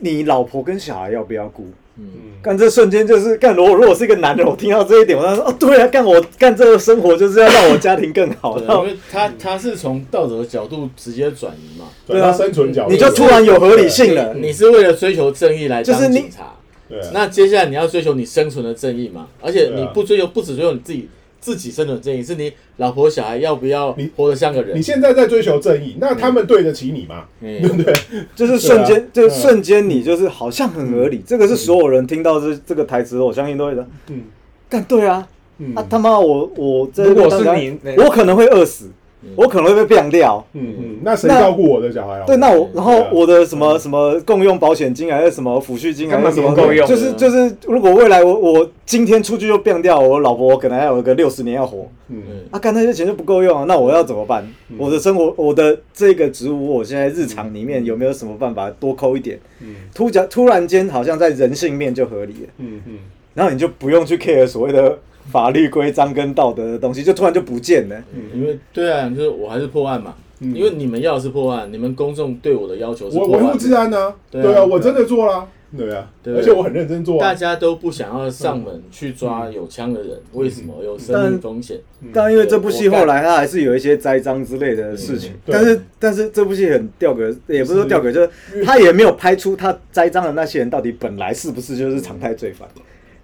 Speaker 1: 你老婆跟小孩要不要顾？
Speaker 2: 嗯
Speaker 1: 干这瞬间就是干，如果如果是一个男人，我听到这一点，我当时说，哦，对啊，干我干这个生活就是要让我家庭更好，
Speaker 3: 对，
Speaker 1: 然后
Speaker 3: 因为他他是从道德角度直接转移嘛，
Speaker 2: 对
Speaker 1: 对
Speaker 2: 他
Speaker 1: 啊
Speaker 2: 生存角度，
Speaker 1: 你就突然有合理性
Speaker 2: 嗯
Speaker 1: 了。
Speaker 3: 你是为了追求正义来
Speaker 1: 就是
Speaker 3: 当
Speaker 1: 你
Speaker 3: 警察，
Speaker 2: 对啊，
Speaker 3: 那接下来你要追求你生存的正义嘛？而且
Speaker 2: 对啊
Speaker 3: 你不追求，不只追求你自己自己生存的正义，是你老婆小孩要不要
Speaker 2: 你
Speaker 3: 活得像个人
Speaker 2: 啊你？现在在追求正义，那他们对得起你吗？
Speaker 3: 嗯
Speaker 2: 对不对？
Speaker 1: 就是瞬间，
Speaker 2: 对啊
Speaker 1: 就是瞬间，你就是好像很合理。这个是所有人听到这这个台词，我相信都会说，
Speaker 2: 嗯
Speaker 1: 干对啊，
Speaker 2: 嗯
Speaker 1: 啊他妈我我在那
Speaker 4: 如
Speaker 1: 边
Speaker 4: 果
Speaker 1: 当
Speaker 4: 是
Speaker 1: 家
Speaker 4: 你
Speaker 1: 我可能会饿死，我可能会被晾掉。
Speaker 2: 嗯嗯，那谁照顾我的小孩啊？
Speaker 1: 对，那我
Speaker 3: 对
Speaker 1: 然后
Speaker 2: 啊
Speaker 1: 我的什么什么共用保险金还是什么抚恤金还
Speaker 4: 根本
Speaker 1: 是什么
Speaker 4: 不够用
Speaker 1: 就是就是，如果未来我我今天出去就变掉，我老婆可能还有个六十年要活，
Speaker 2: 嗯
Speaker 1: 啊，干那些钱就不够用啊，那我要怎么办？我的生活，我的这个职务，我现在日常里面有没有什么办法多抠一点？
Speaker 2: 嗯
Speaker 1: 突然突然间好像在人性面就合理了，
Speaker 2: 嗯嗯，
Speaker 1: 然后你就不用去 care 所谓的法律规章跟道德的东西，就突然就不见了。
Speaker 2: 嗯
Speaker 3: 因为对啊，就是我还是破案嘛，因为你们要的是破案，你们公众对我的要求是
Speaker 2: 我
Speaker 3: 破
Speaker 2: 维护
Speaker 3: 案
Speaker 2: 治
Speaker 3: 的，
Speaker 2: 安呐，
Speaker 3: 对啊
Speaker 2: 对啊，我真的做啦，对啊，
Speaker 3: 对
Speaker 2: 而且我很认真做
Speaker 3: 大
Speaker 2: 啊，
Speaker 3: 家都不想要上门去抓有枪的
Speaker 2: 嗯
Speaker 3: 人，为什么有生命风险？
Speaker 1: 但因为这部戏后来它还是有一些栽赃之类的事情，
Speaker 2: 嗯对
Speaker 1: 但是但是这部戏很吊诡，也不是说吊诡，就是他也没有拍出他栽赃的那些人到底本来是不是就是常态罪犯，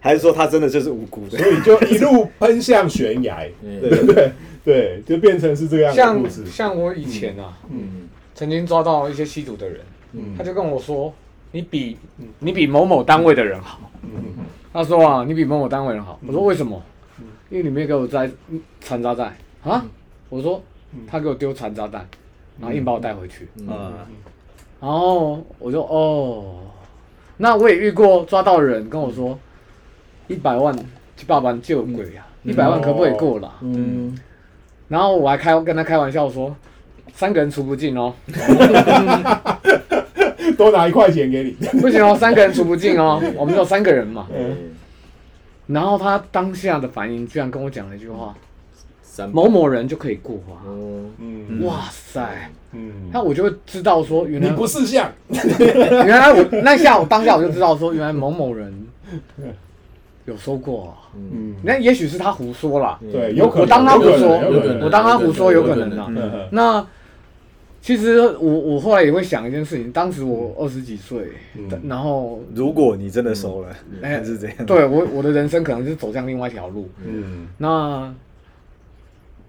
Speaker 1: 还是说他真的就是无辜的
Speaker 2: 所？以就一路奔向悬崖，
Speaker 3: 嗯
Speaker 1: 对
Speaker 2: 对对，就变成是这样的故
Speaker 4: 像
Speaker 2: 事。
Speaker 4: 像我以前啊，
Speaker 3: 嗯
Speaker 4: 曾经抓到一些吸毒的人，
Speaker 3: 嗯
Speaker 4: 他就跟我说，你比你比某某单位的人好。
Speaker 2: 嗯
Speaker 4: 他说啊，你比某某单位人好。我说为什么？因为你没有给我摘嗯残渣袋
Speaker 2: 嗯
Speaker 4: 啊。我说他给我丢残渣袋，然后硬把我带回去。
Speaker 2: 嗯
Speaker 1: 啊，
Speaker 4: 然后我就哦，那我也遇过抓到人跟我说，一百万去爸爸救鬼啊，
Speaker 2: 嗯
Speaker 4: 一百万可不可以过
Speaker 2: 哦
Speaker 4: 啦？
Speaker 3: 嗯，
Speaker 4: 然后我还开跟他开玩笑说，三个人除不尽哦，
Speaker 2: 嗯，多拿一块钱给你，
Speaker 4: 不行哦，三个人除不 尽哦，我们有三个人嘛。
Speaker 3: 嗯
Speaker 4: 然后他当下的反应居然跟我讲了一句话，
Speaker 3: 三
Speaker 4: 某某人就可以过啊。
Speaker 3: 嗯
Speaker 2: 嗯
Speaker 4: 哇塞！
Speaker 2: 嗯
Speaker 4: 那，我就会知道说，原
Speaker 2: 你
Speaker 4: 来
Speaker 2: 不识相，
Speaker 4: 原来我那下我当下我就知道说，原来某 某人有说过、啊，
Speaker 2: 嗯，
Speaker 4: 那也许是他胡说啦。
Speaker 2: 对，有可能，
Speaker 4: 嗯我当他
Speaker 2: 有
Speaker 4: 胡
Speaker 2: 可
Speaker 4: 说
Speaker 2: 能有可，能
Speaker 4: 我当他胡说有可能啊。
Speaker 2: 嗯嗯
Speaker 4: 那其实我我后来也会想一件事情，当时我二十几岁，
Speaker 2: 嗯
Speaker 4: 然后
Speaker 1: 如果你真的收了，
Speaker 4: 哎、
Speaker 1: 是这样。
Speaker 4: 对我我的人生可能是走向另外一条路。
Speaker 2: 嗯
Speaker 4: 那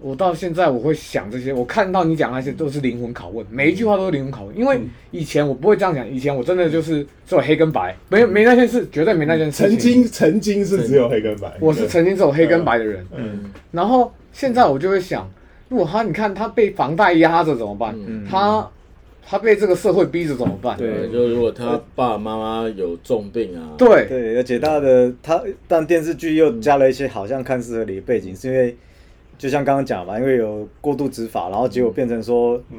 Speaker 4: 我到现在我会想这些，我看到你讲那些
Speaker 2: 嗯
Speaker 4: 都是灵魂拷问，每一句话都是灵魂拷问。因为以前我不会这样讲，以前我真的就是只有黑跟白，没有没那件事，绝对没那件
Speaker 2: 嗯
Speaker 4: 事情。
Speaker 2: 曾经曾经是只有黑跟白，
Speaker 4: 我是曾经只有黑跟白的人，
Speaker 2: 嗯
Speaker 4: 然后现在我就会想，如果他你看他被房贷压着怎么办？
Speaker 1: 嗯
Speaker 4: 他他被这个社会逼着怎么办？
Speaker 3: 对，就如果他爸爸妈妈有重病啊，
Speaker 4: 对
Speaker 1: 对，而且他的他，但电视剧又加了一些好像看似合理的背景，是因为就像刚刚讲嘛，因为有过度执法，然后结果变成说
Speaker 2: 嗯，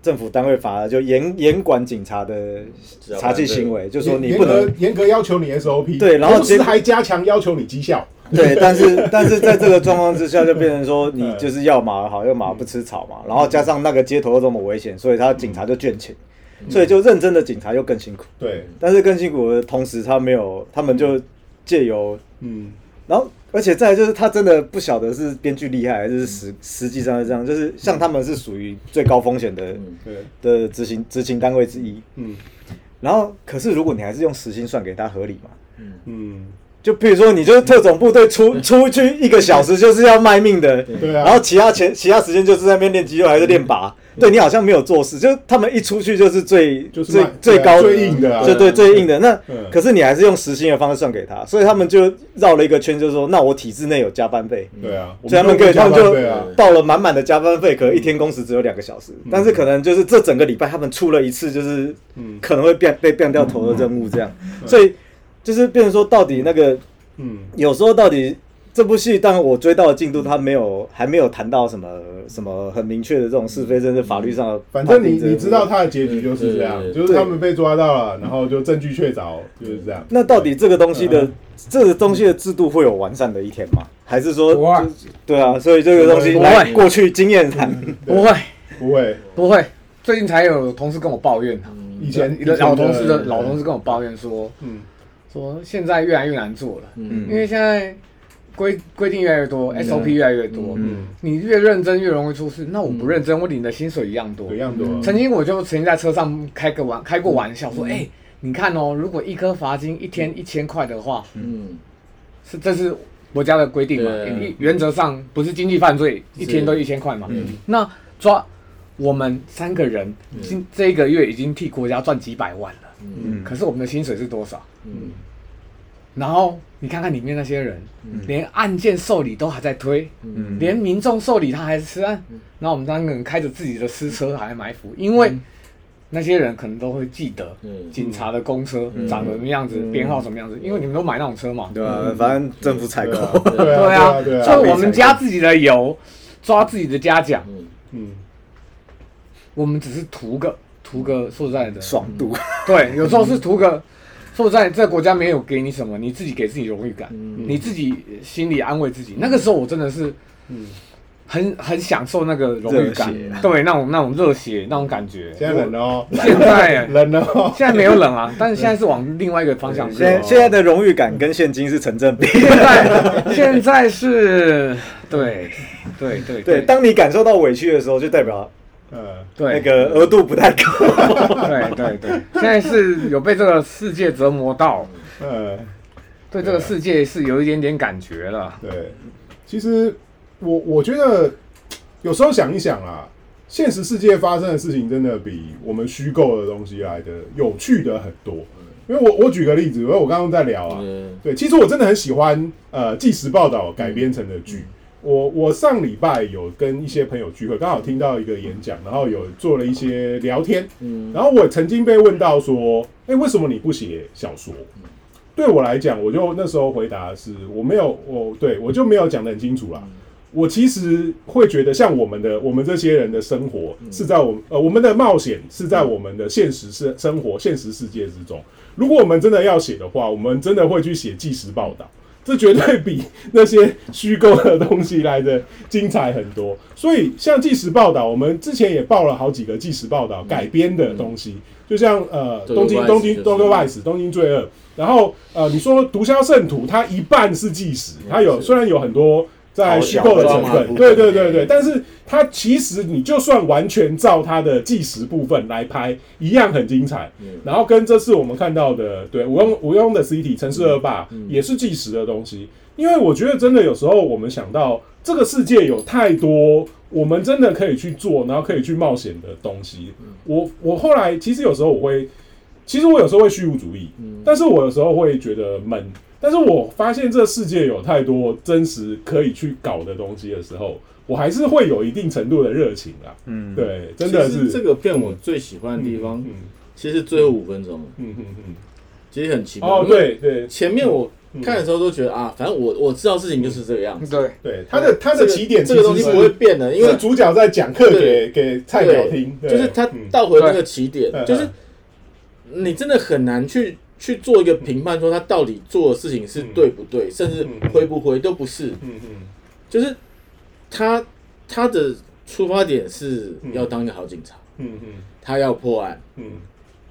Speaker 1: 政府单位反而就严严管警察的查缉行为，就说你
Speaker 2: 严
Speaker 1: 不
Speaker 2: 格
Speaker 1: 能
Speaker 2: 严格要求你 SOP，
Speaker 1: 对然后
Speaker 2: 同时
Speaker 1: 结
Speaker 2: 还加强要求你绩效，
Speaker 1: 对，但是但是在这个状况之下，就变成说你就是要马儿好，要马儿不吃草嘛，然后加上那个街头又这么危险，所以他警察就倦勤，所以就认真的警察又更辛苦，
Speaker 2: 对，
Speaker 1: 但是更辛苦的同时，他没有，他们就借由
Speaker 2: 嗯
Speaker 1: 然后，而且再来就是他真的不晓得是编剧厉害，还
Speaker 2: 嗯
Speaker 1: 是实实际上是这样。就是像他们是属于最高风险的
Speaker 3: 嗯
Speaker 2: 对，
Speaker 1: 的执行执行单位之一。
Speaker 2: 嗯
Speaker 1: 然后，可是如果你还是用时薪算给他合理嘛？
Speaker 2: 嗯，
Speaker 1: 就比如说，你就是特种部队出出去一个小时就是要卖命的，
Speaker 2: 对啊嗯
Speaker 1: 然后其他前其他时间就是在那边练肌肉还是练靶，对你好像没有做事，就是他们一出去就是最
Speaker 2: 就是
Speaker 1: 最
Speaker 2: 卖
Speaker 1: 最
Speaker 2: 对啊
Speaker 1: 高
Speaker 2: 最硬的啊
Speaker 1: 对对最硬的。那
Speaker 2: 嗯
Speaker 1: 可是你还是用时薪的方式算给他，所以他们就绕了一个圈，就是说，那我体制内有加班费，
Speaker 2: 对啊，
Speaker 1: 所以他们可以，他们就
Speaker 2: 对啊，
Speaker 1: 报了满满的加班费，可能一天工时只有两个小时，但是可能就是这整个礼拜他们出了一次，就是
Speaker 2: 嗯
Speaker 1: 可能会变被变掉头的任务这样，所以就是变成说到底那个
Speaker 2: 嗯
Speaker 1: 有时候到底这部戏，当然我追到的进度，他没有还没有谈到什么什么很明确的这种是非，甚至法律上的判
Speaker 2: 嗯反
Speaker 1: 定
Speaker 2: 正你
Speaker 1: 这个
Speaker 2: 你知道他的结局就是这样
Speaker 3: 对，对
Speaker 2: 就是他们被抓到了，然后就证据确凿，就是这样。
Speaker 1: 那到底这个东西的
Speaker 2: 嗯
Speaker 1: 这个东西的制度会有完善的一天吗？还是说
Speaker 4: 不会
Speaker 1: 就是对啊？所以这个东西
Speaker 2: 不会
Speaker 1: 来过去经验
Speaker 2: 嗯
Speaker 1: 谈。
Speaker 4: 不会
Speaker 2: 不会，
Speaker 4: 不会，最近才有同事跟我抱怨啊，
Speaker 2: 以前
Speaker 4: 老同事的老同事，跟我抱怨说
Speaker 2: 嗯
Speaker 4: 说现在越来越难做了，
Speaker 3: 嗯
Speaker 4: 因为现在规规定越来越多，SOP 越来越多，
Speaker 2: 嗯，
Speaker 4: 你越认真越容易出事。那我不认真，我领的薪水一样多
Speaker 2: 有。样多，嗯
Speaker 4: 曾经我就曾经在车上开个玩开过玩笑说，哎、你看哦，如果一颗罚金一天一千块的话，
Speaker 3: 嗯，
Speaker 4: 是这是国家的规定嘛？
Speaker 3: 对
Speaker 4: 一原则上不是经济犯罪，一天都一千块嘛。那抓我们三个人，今这一个月已经替国家赚几百万了，
Speaker 1: 嗯
Speaker 4: 可是我们的薪水是多少？
Speaker 3: 嗯
Speaker 4: 然后你看看里面那些人，连案件受理都还在推，
Speaker 1: 嗯
Speaker 4: 连民众受理他还吃案。然后我们三个人开着自己的私车还埋伏，因为那些人可能都会记得
Speaker 3: 嗯
Speaker 4: 警察的公车长什么样子，编号什么样子，因为你们都买那种车嘛。
Speaker 1: 对啊，反正政府采购，
Speaker 2: 对
Speaker 4: 对
Speaker 2: 啊，
Speaker 4: 啊，
Speaker 2: 对啊，
Speaker 4: 所以我们加自己的油，抓自己的嘉奖，
Speaker 3: 嗯
Speaker 2: 嗯，
Speaker 4: 我们只是图个图个，说实在的，嗯
Speaker 1: 爽度。
Speaker 4: 对，有时候是图个。说实在，这个国家没有给你什么，你自己给自己荣誉感，
Speaker 1: 嗯
Speaker 4: 你自己心里安慰自己。那个时候我真的是，
Speaker 2: 嗯
Speaker 4: 很很享受那个荣誉感
Speaker 1: 热血，
Speaker 4: 对，那种那种热血那种感觉。
Speaker 2: 现在冷了 哦，
Speaker 4: 现在
Speaker 2: 冷了哦。
Speaker 4: 现在没有冷啊，但是现在是往另外一个方向啊
Speaker 1: 现在
Speaker 4: 走。
Speaker 1: 现在的荣誉感跟现金是成正比。
Speaker 4: 现在现在是，对对对
Speaker 1: 对，当你感受到委屈的时候，就代表
Speaker 2: 呃，
Speaker 4: 对
Speaker 1: 那个额度不太高。
Speaker 4: 对对对，现在是有被这个世界折磨到，
Speaker 2: 呃，
Speaker 4: 对这个世界是有一点点感觉了。
Speaker 2: 对，其实我我觉得有时候想一想啊，现实世界发生的事情真的比我们虚构的东西来的有趣的很多。因为我我举个例子，因为我刚刚在聊啊，
Speaker 3: 嗯
Speaker 2: 对，其实我真的很喜欢呃纪实报道改编成的
Speaker 3: 嗯
Speaker 2: 剧。我我上礼拜有跟一些朋友聚会，刚好听到一个演讲，然后有做了一些聊天，
Speaker 3: 嗯
Speaker 2: 然后我曾经被问到说，哎、为什么你不写小说？
Speaker 3: 嗯
Speaker 2: 对我来讲，我就那时候回答是我没有，我对我就没有讲得很清楚啦。我其实会觉得，像我们的我们这些人的生活
Speaker 3: 嗯
Speaker 2: 是在我们呃我们的冒险是在我们的现实生生活现实世界之中。如果我们真的要写的话，我们真的会去写纪实报道，这绝对比那些虚构的东西来的精彩很多。所以像纪实报道，我们之前也报了好几个纪实报道改编的东西，就像呃
Speaker 3: 嗯对
Speaker 2: 东京
Speaker 3: Vice
Speaker 2: 东
Speaker 3: 就
Speaker 2: 京
Speaker 3: 是
Speaker 2: 东京 Vice 东京罪恶，然后呃你说毒枭圣徒，它一半是纪实，它有
Speaker 3: 嗯是
Speaker 2: 虽然有很多。在虚构的成分，对对对对，但是它其实你就算完全照它的纪实部分来拍，一样很精彩。然后跟这次我们看到的，对无用无用的 City 城市恶霸、也是纪实的东西，因为我觉得真的有时候我们想到这个世界有太多我们真的可以去做，然后可以去冒险的东西。我我后来其实有时候我会其实我有时候会虚无主义，
Speaker 3: 嗯
Speaker 2: 但是我有时候会觉得闷。但是我发现这世界有太多真实可以去搞的东西的时候，我还是会有一定程度的热情啊。
Speaker 1: 嗯，
Speaker 2: 对，真的
Speaker 3: 其
Speaker 2: 是
Speaker 3: 实这个片我最喜欢的地方
Speaker 2: 嗯，
Speaker 3: 其实最后五分钟
Speaker 2: 嗯嗯嗯。
Speaker 3: 其实很奇怪。
Speaker 2: 哦，，对嗯对
Speaker 3: 前面我看的时候都觉得啊，反正我我知道事情就是这个样子。
Speaker 4: 对，
Speaker 2: 对，他的嗯他的
Speaker 3: 这个
Speaker 2: 起点
Speaker 3: 这个东西不会变的，因
Speaker 2: 因为
Speaker 3: 为
Speaker 2: 主角在讲课给给菜鸟
Speaker 3: 对，
Speaker 2: 听，对
Speaker 3: 就是他
Speaker 2: 嗯
Speaker 3: 倒回那个起点
Speaker 2: 对，
Speaker 3: 就是你真的很难去去做一个评判，说他到底做的事情是对不对，甚至灰不灰都不是，
Speaker 2: 嗯嗯
Speaker 3: 就是他他的出发点是要当一个好警察，
Speaker 2: 嗯嗯
Speaker 3: 他要破案，
Speaker 2: 嗯，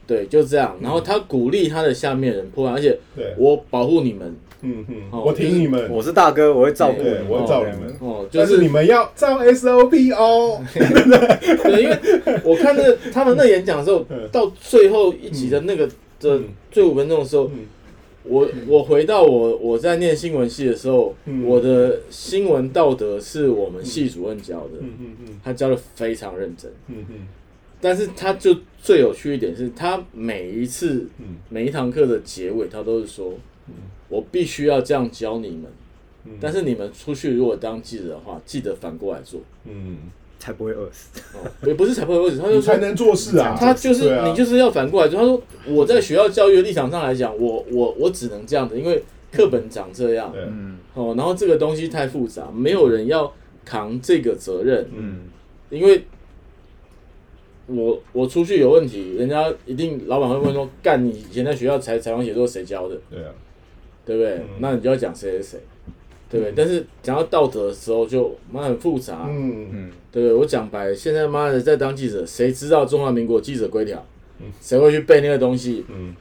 Speaker 3: 对，就这样。然后他鼓励他的下面人破案，而且
Speaker 2: 对，
Speaker 3: 我保护你们
Speaker 2: 嗯嗯，
Speaker 3: 哦
Speaker 2: 我
Speaker 3: 就是
Speaker 2: 挺你们，
Speaker 1: 我是大哥，我会照顾
Speaker 2: 对
Speaker 1: 你。
Speaker 2: 我照你们，
Speaker 3: 哦，就
Speaker 2: 但是你们要照 SOP 哦。
Speaker 3: 对，因为我看 那个他们那演讲的时候
Speaker 2: 嗯，
Speaker 3: 到最后一集的那个的
Speaker 2: 嗯
Speaker 3: 最后五分钟的时候
Speaker 2: 嗯，
Speaker 3: 我我回到我我在念新闻系的时候
Speaker 2: 嗯，
Speaker 3: 我的新闻道德是我们系主任教的，
Speaker 2: 嗯嗯嗯
Speaker 3: 他教的非常认真。
Speaker 2: 嗯嗯
Speaker 3: 但是他就最有趣一点是，他每一次
Speaker 2: 嗯
Speaker 3: 每一堂课的结尾，他都是说
Speaker 2: 嗯，
Speaker 3: 我必须要这样教你们
Speaker 2: 嗯，
Speaker 3: 但是你们出去如果当记者的话，记得反过来做，
Speaker 2: 嗯，
Speaker 1: 才不会饿死。
Speaker 3: 哦，也不是才不会为止，他
Speaker 2: 你
Speaker 3: 就说
Speaker 2: 才能做事啊。
Speaker 3: 他就是、
Speaker 2: 对啊
Speaker 3: 你就是要反过来说，他说我在学校教育的立场上来讲，我我我只能这样子，因为课本长这样
Speaker 2: 对啊
Speaker 1: 嗯
Speaker 3: 哦，然后这个东西太复杂，没有人要扛这个责任，
Speaker 1: 嗯，
Speaker 3: 因为我我出去有问题，人家一定老板会问说，干你以前在学校采采访写作谁教的，
Speaker 2: 对啊，
Speaker 3: 对不对？
Speaker 2: 嗯
Speaker 3: 那你就要讲谁谁谁，对不对？但是讲到道德的时候就妈很复杂，
Speaker 2: 嗯嗯
Speaker 1: 嗯
Speaker 3: 对不对？我讲白了，现在妈的在当记者，谁知道中华民国记者规条？谁会去背那个东西？
Speaker 2: 嗯，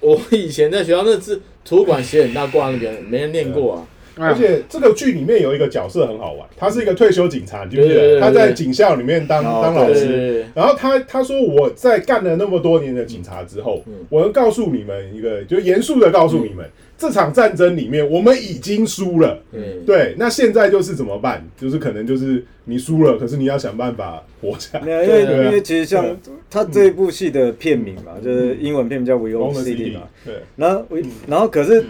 Speaker 3: 我以前在学校那是图书馆写很大挂那边，没人念过啊。
Speaker 4: 哎
Speaker 2: 而
Speaker 4: 呀
Speaker 2: 且这个剧里面有一个角色很好玩，他是一个退休警察，你记不记
Speaker 3: 对对
Speaker 2: 得？
Speaker 3: 对对
Speaker 2: 他在警校里面当
Speaker 1: 哦
Speaker 2: 当
Speaker 3: 对
Speaker 2: 老
Speaker 3: 对
Speaker 2: 师，
Speaker 3: 对，
Speaker 2: 然后他他说我在干了那么多年的警察之后，
Speaker 3: 嗯
Speaker 2: 我能告诉你们一个，就严肃的告诉你们，这场战争里面我们已经输了。
Speaker 3: 嗯
Speaker 2: 对，那现在就是怎么办？就是可能就是你输了，可是你要想办法活下
Speaker 1: 没
Speaker 2: 来。
Speaker 1: 有，因为
Speaker 3: 对啊
Speaker 1: 因为其实像
Speaker 2: 对啊
Speaker 1: 他这一部戏的片名嘛，就是英文片名叫《We
Speaker 2: Own
Speaker 1: Own
Speaker 2: the
Speaker 1: 嗯 City》嗯
Speaker 2: city，
Speaker 1: 嘛。
Speaker 2: 对，
Speaker 1: 然后我然后可是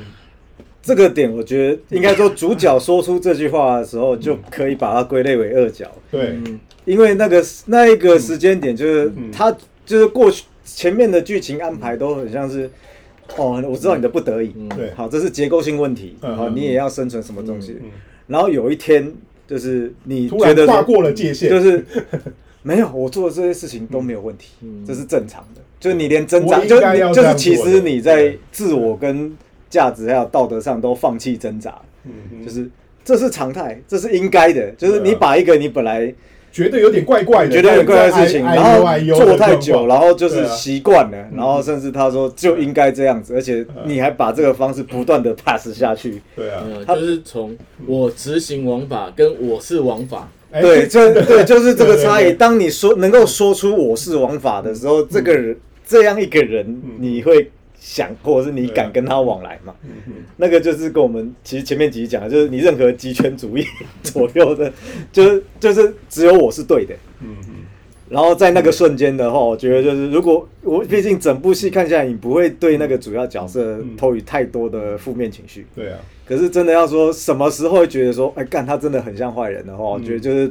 Speaker 1: 这个点，我觉得应该说主角说出这句话的时候，就可以把它归类为恶角。
Speaker 3: 嗯
Speaker 2: 对，
Speaker 1: 因为那个那一个时间点，就是
Speaker 2: 嗯
Speaker 1: 他就是过去前面的剧情安排都很像是，哦，我知道你的不得已，
Speaker 2: 嗯对
Speaker 1: 好，这是结构性问题，
Speaker 2: 嗯
Speaker 1: 好，
Speaker 2: 嗯
Speaker 1: 你也要生存什么东西
Speaker 2: 嗯嗯，
Speaker 1: 然后有一天就是你
Speaker 2: 突
Speaker 1: 觉
Speaker 2: 然
Speaker 1: 得
Speaker 2: 跨过了界限，
Speaker 1: 就是没有我做的这些事情都没有问题，这是正常的，就是你连挣扎，
Speaker 2: 嗯我
Speaker 1: 就
Speaker 2: 应该要
Speaker 1: 就是
Speaker 2: 这
Speaker 1: 其
Speaker 2: 样做的
Speaker 1: 实你在自我跟价值还有道德上都放弃挣扎，
Speaker 2: 嗯，啊
Speaker 1: 就
Speaker 2: 就是
Speaker 1: 是这是常态，这是应该的，就是你把一个你本来
Speaker 2: 觉得有点怪怪的，
Speaker 1: 觉得有点怪怪的事情，
Speaker 2: 哎
Speaker 1: 然
Speaker 2: 哎呦哎
Speaker 1: 后
Speaker 2: 呦
Speaker 1: 做
Speaker 2: 的
Speaker 1: 太
Speaker 2: 状
Speaker 1: 久，
Speaker 2: 况
Speaker 1: 然后就是
Speaker 2: 对啊
Speaker 1: 习惯了，然后甚至他说就应该这样子，而且你还把这个方式不断的 pass 下去，
Speaker 2: 对啊
Speaker 3: 没，有，嗯就是从我执行王法跟我是王法，
Speaker 2: 哎
Speaker 1: 对，这对就是这个
Speaker 2: 对对
Speaker 1: 差
Speaker 2: 对
Speaker 1: 异。当你说能够说出我是王法的时候，这个人这样一个人，你会想，或者是你敢跟他往来吗？那个就是跟我们其实前面几集讲的，就是你任何极权主义左右的，就是就是只有我是对的。
Speaker 2: 嗯嗯，
Speaker 1: 然后在那个瞬间的话，我觉得就是，如果我毕竟整部戏看下来，你不会对那个主要角色投予太多的负面情绪。
Speaker 2: 对啊，
Speaker 1: 可是真的要说什么时候会觉得说，哎，干他真的很像坏人的
Speaker 2: 嗯
Speaker 1: 话，我觉得就是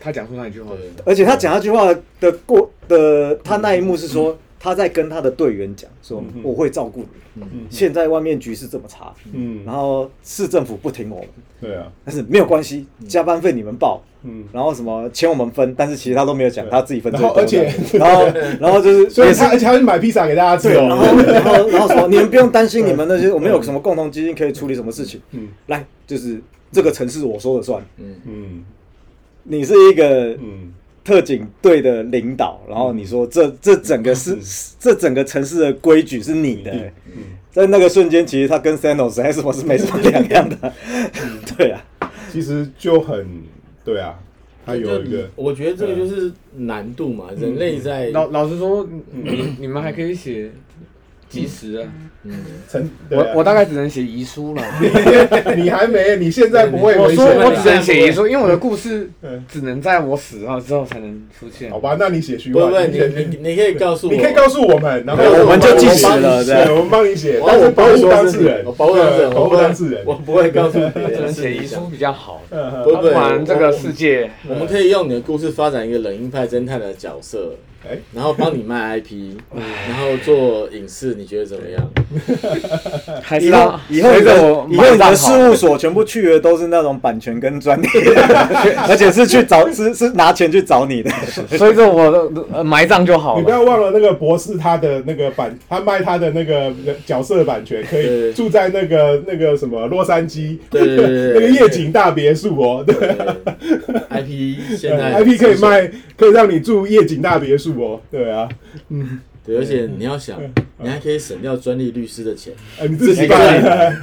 Speaker 4: 他讲出那一句话，
Speaker 2: 啊
Speaker 3: 对，
Speaker 1: 而且他讲那句话的过的，他那一幕是说他在跟他的队员讲说
Speaker 2: 嗯：“
Speaker 1: 我会照顾你。
Speaker 2: 嗯
Speaker 1: 现在外面局势这么差，
Speaker 2: 嗯，
Speaker 1: 然后市政府不听我们，
Speaker 2: 对啊，
Speaker 1: 但是没有关系，加班费你们报。”
Speaker 2: 嗯，
Speaker 1: 然后什么钱我们分，但是其实他都没有讲，
Speaker 2: 对
Speaker 1: 他自己分最
Speaker 2: 然后
Speaker 1: 多
Speaker 2: 而且
Speaker 1: 这样 然后然后就是
Speaker 2: 所以
Speaker 1: 也是
Speaker 2: 他而且他去买披萨给大家吃
Speaker 1: 对，然后
Speaker 2: 哦，
Speaker 1: 然后然后 说你们不用担心你们那些我们有什么共同基金可以处理什么事情，
Speaker 2: 嗯
Speaker 1: 来就是这个城市我说了算，
Speaker 3: 嗯，
Speaker 2: 嗯
Speaker 1: 你是一个
Speaker 2: 嗯
Speaker 1: 特警队的领导，然后你说这这整个是这整个城市的规矩是你的，
Speaker 2: 嗯，
Speaker 1: 在那个瞬间，其实他跟 Sanos 还是我是没什么两样的，
Speaker 2: 嗯
Speaker 1: 对啊，
Speaker 2: 其实就很对啊，他有一
Speaker 3: 就
Speaker 2: 个嗯
Speaker 3: 我觉得这个就是难度嘛，人类在
Speaker 4: 老老实说，你你们还可以写及时啊，
Speaker 3: 嗯，
Speaker 2: 成，对啊
Speaker 4: 我我大概只能写遗书了。
Speaker 2: 你还没，你现在不会
Speaker 4: 我
Speaker 2: 危
Speaker 4: 说
Speaker 2: 险
Speaker 4: 我
Speaker 2: 了，
Speaker 4: 只能写遗书，因为我的故事
Speaker 2: 嗯
Speaker 4: 只能在我死后之后才能出现
Speaker 2: 好。吧，那你写虚
Speaker 3: 不
Speaker 2: 幻，
Speaker 3: 不，你
Speaker 2: 先
Speaker 3: 你你可以告诉我，
Speaker 2: 你可以告诉我们，然后
Speaker 3: 对我们就
Speaker 1: 计时了
Speaker 2: 对，
Speaker 1: 对
Speaker 2: 我们帮你写，
Speaker 3: 我
Speaker 2: 但是
Speaker 3: 我
Speaker 2: 保
Speaker 3: 不会
Speaker 2: 护
Speaker 3: 说
Speaker 2: 当
Speaker 3: 是
Speaker 2: 事人，
Speaker 3: 我保护当事人，
Speaker 2: 对保
Speaker 3: 我
Speaker 2: 护
Speaker 3: 不
Speaker 2: 当事人
Speaker 3: 我，不会告诉别人，
Speaker 4: 只能写遗书比较好，
Speaker 2: 嗯
Speaker 3: 不
Speaker 2: 嗯，
Speaker 4: 不
Speaker 3: 会
Speaker 4: 然这个世界
Speaker 3: 我们可以用你的故事发展一个冷硬派侦探的角色，
Speaker 2: 哎，
Speaker 3: 然后帮你卖 IP，然后做影视，你觉得怎么样？
Speaker 4: 还是
Speaker 1: 以后
Speaker 4: 要
Speaker 1: 以后你
Speaker 4: 随
Speaker 1: 的
Speaker 4: 着我
Speaker 1: 以后你的
Speaker 4: 买账
Speaker 1: 事
Speaker 4: 好
Speaker 1: 务所全部去的都是那种版权跟专利， 而且是去 找是是拿钱去找你的，
Speaker 4: 随着我的呃埋葬就好
Speaker 2: 你不
Speaker 4: 了。
Speaker 2: 要忘了那个博士，他的那个版，他卖他的那个角色版权，可以
Speaker 3: 对
Speaker 2: 住在那个那个什么洛杉矶，
Speaker 3: 对对对对
Speaker 2: 那个夜景大别墅哦，对
Speaker 3: 对
Speaker 2: 哎
Speaker 3: IP 现在
Speaker 2: ，IP 可以，卖，可以让你住夜景大别墅哦，对啊，
Speaker 3: 对，而且你要想，你还可以省掉专利律师的钱，
Speaker 2: 哎，你自己
Speaker 1: 自己
Speaker 2: 办
Speaker 1: 办，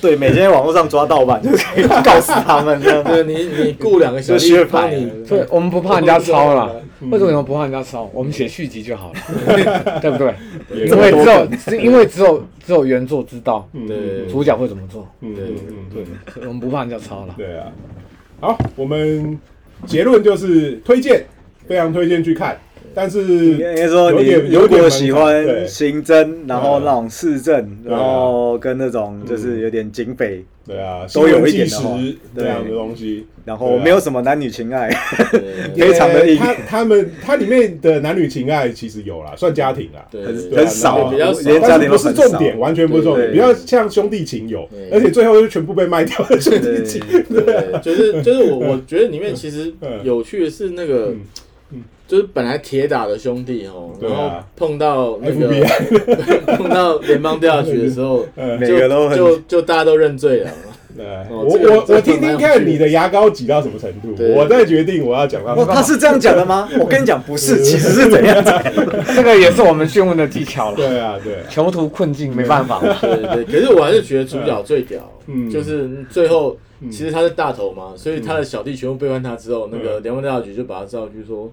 Speaker 1: 对，每天网络上抓盗版就可以告死他们这样
Speaker 2: 哎
Speaker 3: 对
Speaker 1: 子，
Speaker 3: 你你雇两个小
Speaker 1: 就
Speaker 3: 弟
Speaker 1: 削牌
Speaker 3: 帮
Speaker 1: 了
Speaker 3: 你，
Speaker 4: 对，我们不怕人家抄了。为什么我们不怕人家抄？我们写续集就好了，对不对？
Speaker 2: 也
Speaker 4: 因为只有是因为只有只有原作知道
Speaker 2: 嗯
Speaker 3: 对
Speaker 4: 主角会怎么做，
Speaker 2: 嗯
Speaker 3: 对
Speaker 2: 嗯嗯，
Speaker 4: 所以我们不怕人家抄了。
Speaker 2: 对啊，好，我们结论就是推荐，非常推荐去看，但是
Speaker 1: 应该说
Speaker 2: 有
Speaker 1: 你
Speaker 2: 点
Speaker 1: 如
Speaker 2: 有点
Speaker 1: 果
Speaker 2: 门槛
Speaker 1: 喜
Speaker 2: 对
Speaker 1: 欢刑侦，然后
Speaker 2: 嗯
Speaker 1: 那种市政，
Speaker 2: 对啊
Speaker 1: 然后跟那种
Speaker 2: 嗯
Speaker 1: 就是有点警匪。
Speaker 2: 对啊，
Speaker 1: 都有一
Speaker 2: 新闻
Speaker 1: 点
Speaker 2: 纪
Speaker 1: 的话
Speaker 2: 实这
Speaker 1: 对
Speaker 2: 样的东西，
Speaker 1: 然后
Speaker 2: 啊
Speaker 1: 没有什么男女情爱，
Speaker 2: 嗯
Speaker 3: 对
Speaker 1: 非常的硬
Speaker 2: 他他们他里面的男女情爱其实有啦，算家庭啦，
Speaker 3: 对，
Speaker 1: 很
Speaker 2: 对啊
Speaker 1: 很少，
Speaker 3: 比较少
Speaker 1: 连家
Speaker 2: 但是
Speaker 1: 庭
Speaker 2: 不
Speaker 1: 都
Speaker 2: 是
Speaker 1: 很
Speaker 2: 重
Speaker 1: 少。
Speaker 2: 点，完全不是重点，
Speaker 1: 对
Speaker 2: 比较像兄弟情友
Speaker 3: 对，
Speaker 2: 而且最后就全部被卖掉了兄 弟情。
Speaker 3: 对，就是就是我我觉得里面其实有趣的是那个
Speaker 2: 嗯，
Speaker 3: 就是本来铁打的兄弟哦，
Speaker 2: 对
Speaker 3: 然
Speaker 2: 啊
Speaker 3: 后碰到那个
Speaker 2: FBI，
Speaker 3: 碰到联邦调查局的 时候，
Speaker 2: 呃
Speaker 1: 每个
Speaker 3: 就
Speaker 1: 都很
Speaker 3: 就就大家都认罪了。
Speaker 2: 对我
Speaker 3: 哦这个
Speaker 2: 我
Speaker 3: 这
Speaker 2: 我
Speaker 3: 个
Speaker 2: 听听
Speaker 3: 蛮有趣
Speaker 2: 看
Speaker 3: 的
Speaker 2: 你的牙膏挤到什么程度，
Speaker 3: 对
Speaker 2: 我再决定我要讲到
Speaker 1: 哦，
Speaker 2: 什
Speaker 1: 他
Speaker 2: 么。
Speaker 1: 是这样讲的吗？我跟你讲，不是，其实是怎样怎样。
Speaker 4: 这个也是我们询问的技巧了。
Speaker 2: 对啊，对啊，
Speaker 4: 囚徒困境没办法，
Speaker 3: 对对，可是我还是觉得主角最屌，
Speaker 2: 嗯
Speaker 3: 就是最后其实他是大头嘛，所以他的小弟全部背叛他之后，那个联邦调查局就把他叫去说，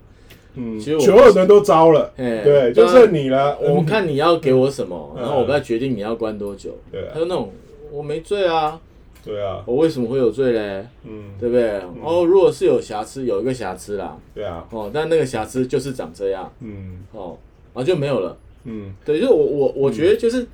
Speaker 2: 嗯，
Speaker 3: 其实我
Speaker 2: 所有人都招了，
Speaker 3: 哎
Speaker 2: 对，就剩你了。
Speaker 3: 我
Speaker 2: 嗯
Speaker 3: 看你要给我什么，
Speaker 2: 嗯
Speaker 3: 然后我再决定你要关多久
Speaker 2: 对啊。
Speaker 3: 他说那种我没罪啊，
Speaker 2: 对啊，
Speaker 3: 我为什么会有罪嘞？
Speaker 2: 嗯，
Speaker 3: 对不对？哦，如果是有瑕疵，有一个瑕疵啦，
Speaker 2: 对啊，
Speaker 3: 哦，但那个瑕疵就是长这样，
Speaker 2: 嗯
Speaker 3: 哦，然后就没有了。
Speaker 2: 嗯，
Speaker 3: 对，就是我我我觉得就是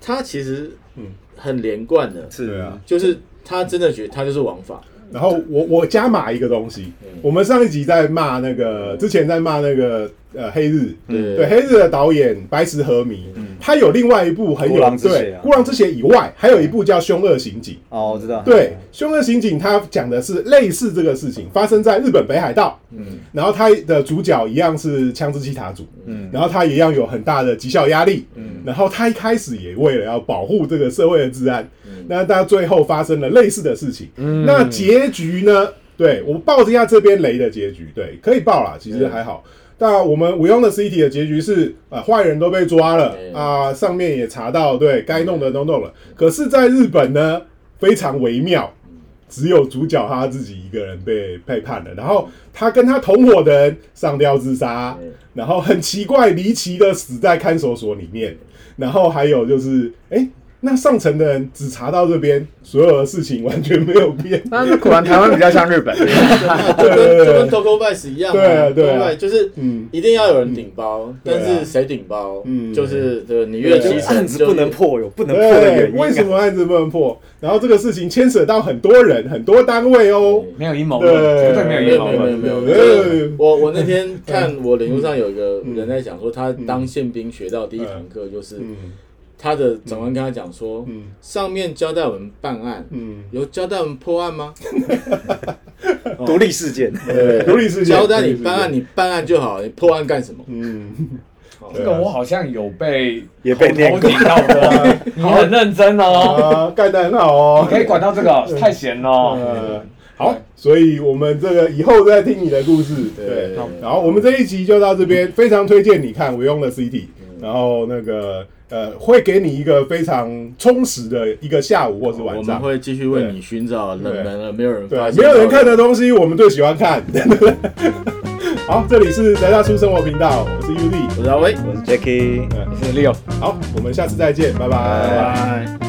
Speaker 3: 他其实
Speaker 2: 嗯
Speaker 3: 很连贯的，
Speaker 2: 对啊。
Speaker 3: 就是他真的觉得他就是王法，
Speaker 2: 然后我我加码一个东西，
Speaker 1: 嗯
Speaker 2: 我们上一集在骂那个，之前在骂那个呃黑日，
Speaker 3: 对
Speaker 1: 嗯
Speaker 2: 对黑日的导演白石和弥，他有另外一部很有
Speaker 1: 孤狼之血
Speaker 2: 对
Speaker 1: 啊
Speaker 2: 《孤狼之血》以外，还有一部叫《凶恶刑警》。
Speaker 1: 哦，我知道。
Speaker 2: 对，《凶恶刑警》它讲的是类似这个事情，发生在日本北海道。嗯，然后它的主角一样是枪支七塔组，嗯，然后他一样有很大的绩效压力，嗯，然后他一开始也为了要保护这个社会的治安，那他最后发生了类似的事情。嗯，那结局呢？对我报一下这边雷的结局，对，可以报啦，其实还好。那我们《无用的 City》的结局是啊，坏人都被抓了
Speaker 3: 对
Speaker 2: 啊，上面也查到，对该弄的都弄了。可是，在日本呢，非常微妙，只有主角他自己一个人被背叛了，然后他跟他同伙的人上吊自杀
Speaker 3: 对，
Speaker 2: 然后很奇怪离奇的死在看守所里面，然后还有就是，哎、那上层的人只查到这边，所有的事情完全没有变，
Speaker 4: 那那果然台湾比较像日本，
Speaker 2: 对对
Speaker 3: 就跟就
Speaker 2: 对
Speaker 3: 跟 Togo Vice 一样嘛，
Speaker 2: 对啊对啊
Speaker 3: Togo Vice 就是
Speaker 2: 嗯
Speaker 3: 一定要有人顶包，
Speaker 2: 对啊
Speaker 3: 但是谁顶包，
Speaker 2: 嗯
Speaker 3: 就是对你越
Speaker 1: 这
Speaker 3: 基
Speaker 1: 个
Speaker 3: 层
Speaker 1: 案子不能
Speaker 3: 就
Speaker 1: 破，有不能破的
Speaker 2: 对
Speaker 1: 原，因、啊。
Speaker 2: 为什么案子不能破？然后这个事情牵扯到很多人、很多单位哦。
Speaker 4: 没有阴谋
Speaker 2: 对
Speaker 4: 论，绝对没
Speaker 3: 越。
Speaker 4: 有
Speaker 3: 没有
Speaker 4: 阴谋
Speaker 3: 没有没有
Speaker 4: 论。
Speaker 3: 没有
Speaker 2: 对
Speaker 3: 就是我我那天看我领路上有一个人在讲说，他当宪兵学到第一堂课就是
Speaker 2: 嗯
Speaker 3: 他的长官跟他讲说，
Speaker 2: 嗯
Speaker 3: 上面交代我们办案，
Speaker 2: 嗯，
Speaker 3: 有交代我们破 案吗？
Speaker 1: 独立事件？
Speaker 3: 对
Speaker 2: 嗯独立事件
Speaker 3: 交代你办
Speaker 2: 独
Speaker 3: 案，
Speaker 2: 立
Speaker 3: 你办案就好，你破案干什么？
Speaker 2: 嗯，
Speaker 4: 这个我好像有被
Speaker 1: 也被念过
Speaker 4: 头顶到 的，你很认真哦，
Speaker 2: 嗯啊，干得很好哦，
Speaker 4: 可以管到这个哦太闲了哦。
Speaker 2: 呃，好，所以我们这个以后再听你的故事。对，
Speaker 3: 好
Speaker 2: 然后我们这一集就到这边，非常推荐你看我用的 CD，然
Speaker 3: 嗯
Speaker 2: 后那个呃，会给你一个非常充实的一个下午或是
Speaker 3: 我
Speaker 2: 晚
Speaker 3: 们
Speaker 2: 上。
Speaker 3: 会继续为你寻找冷门了没有人
Speaker 2: 对啊
Speaker 3: 发，现
Speaker 2: 没有人看
Speaker 3: 的
Speaker 2: 的东西，我们最喜欢看。 好，这里是宅大叔生活频道，我是 UZ，
Speaker 3: 我是阿威，
Speaker 1: 我是 Jacky。
Speaker 2: 嗯，
Speaker 4: 是六。
Speaker 2: 好，我们下次再见，拜拜
Speaker 1: 拜
Speaker 3: 拜。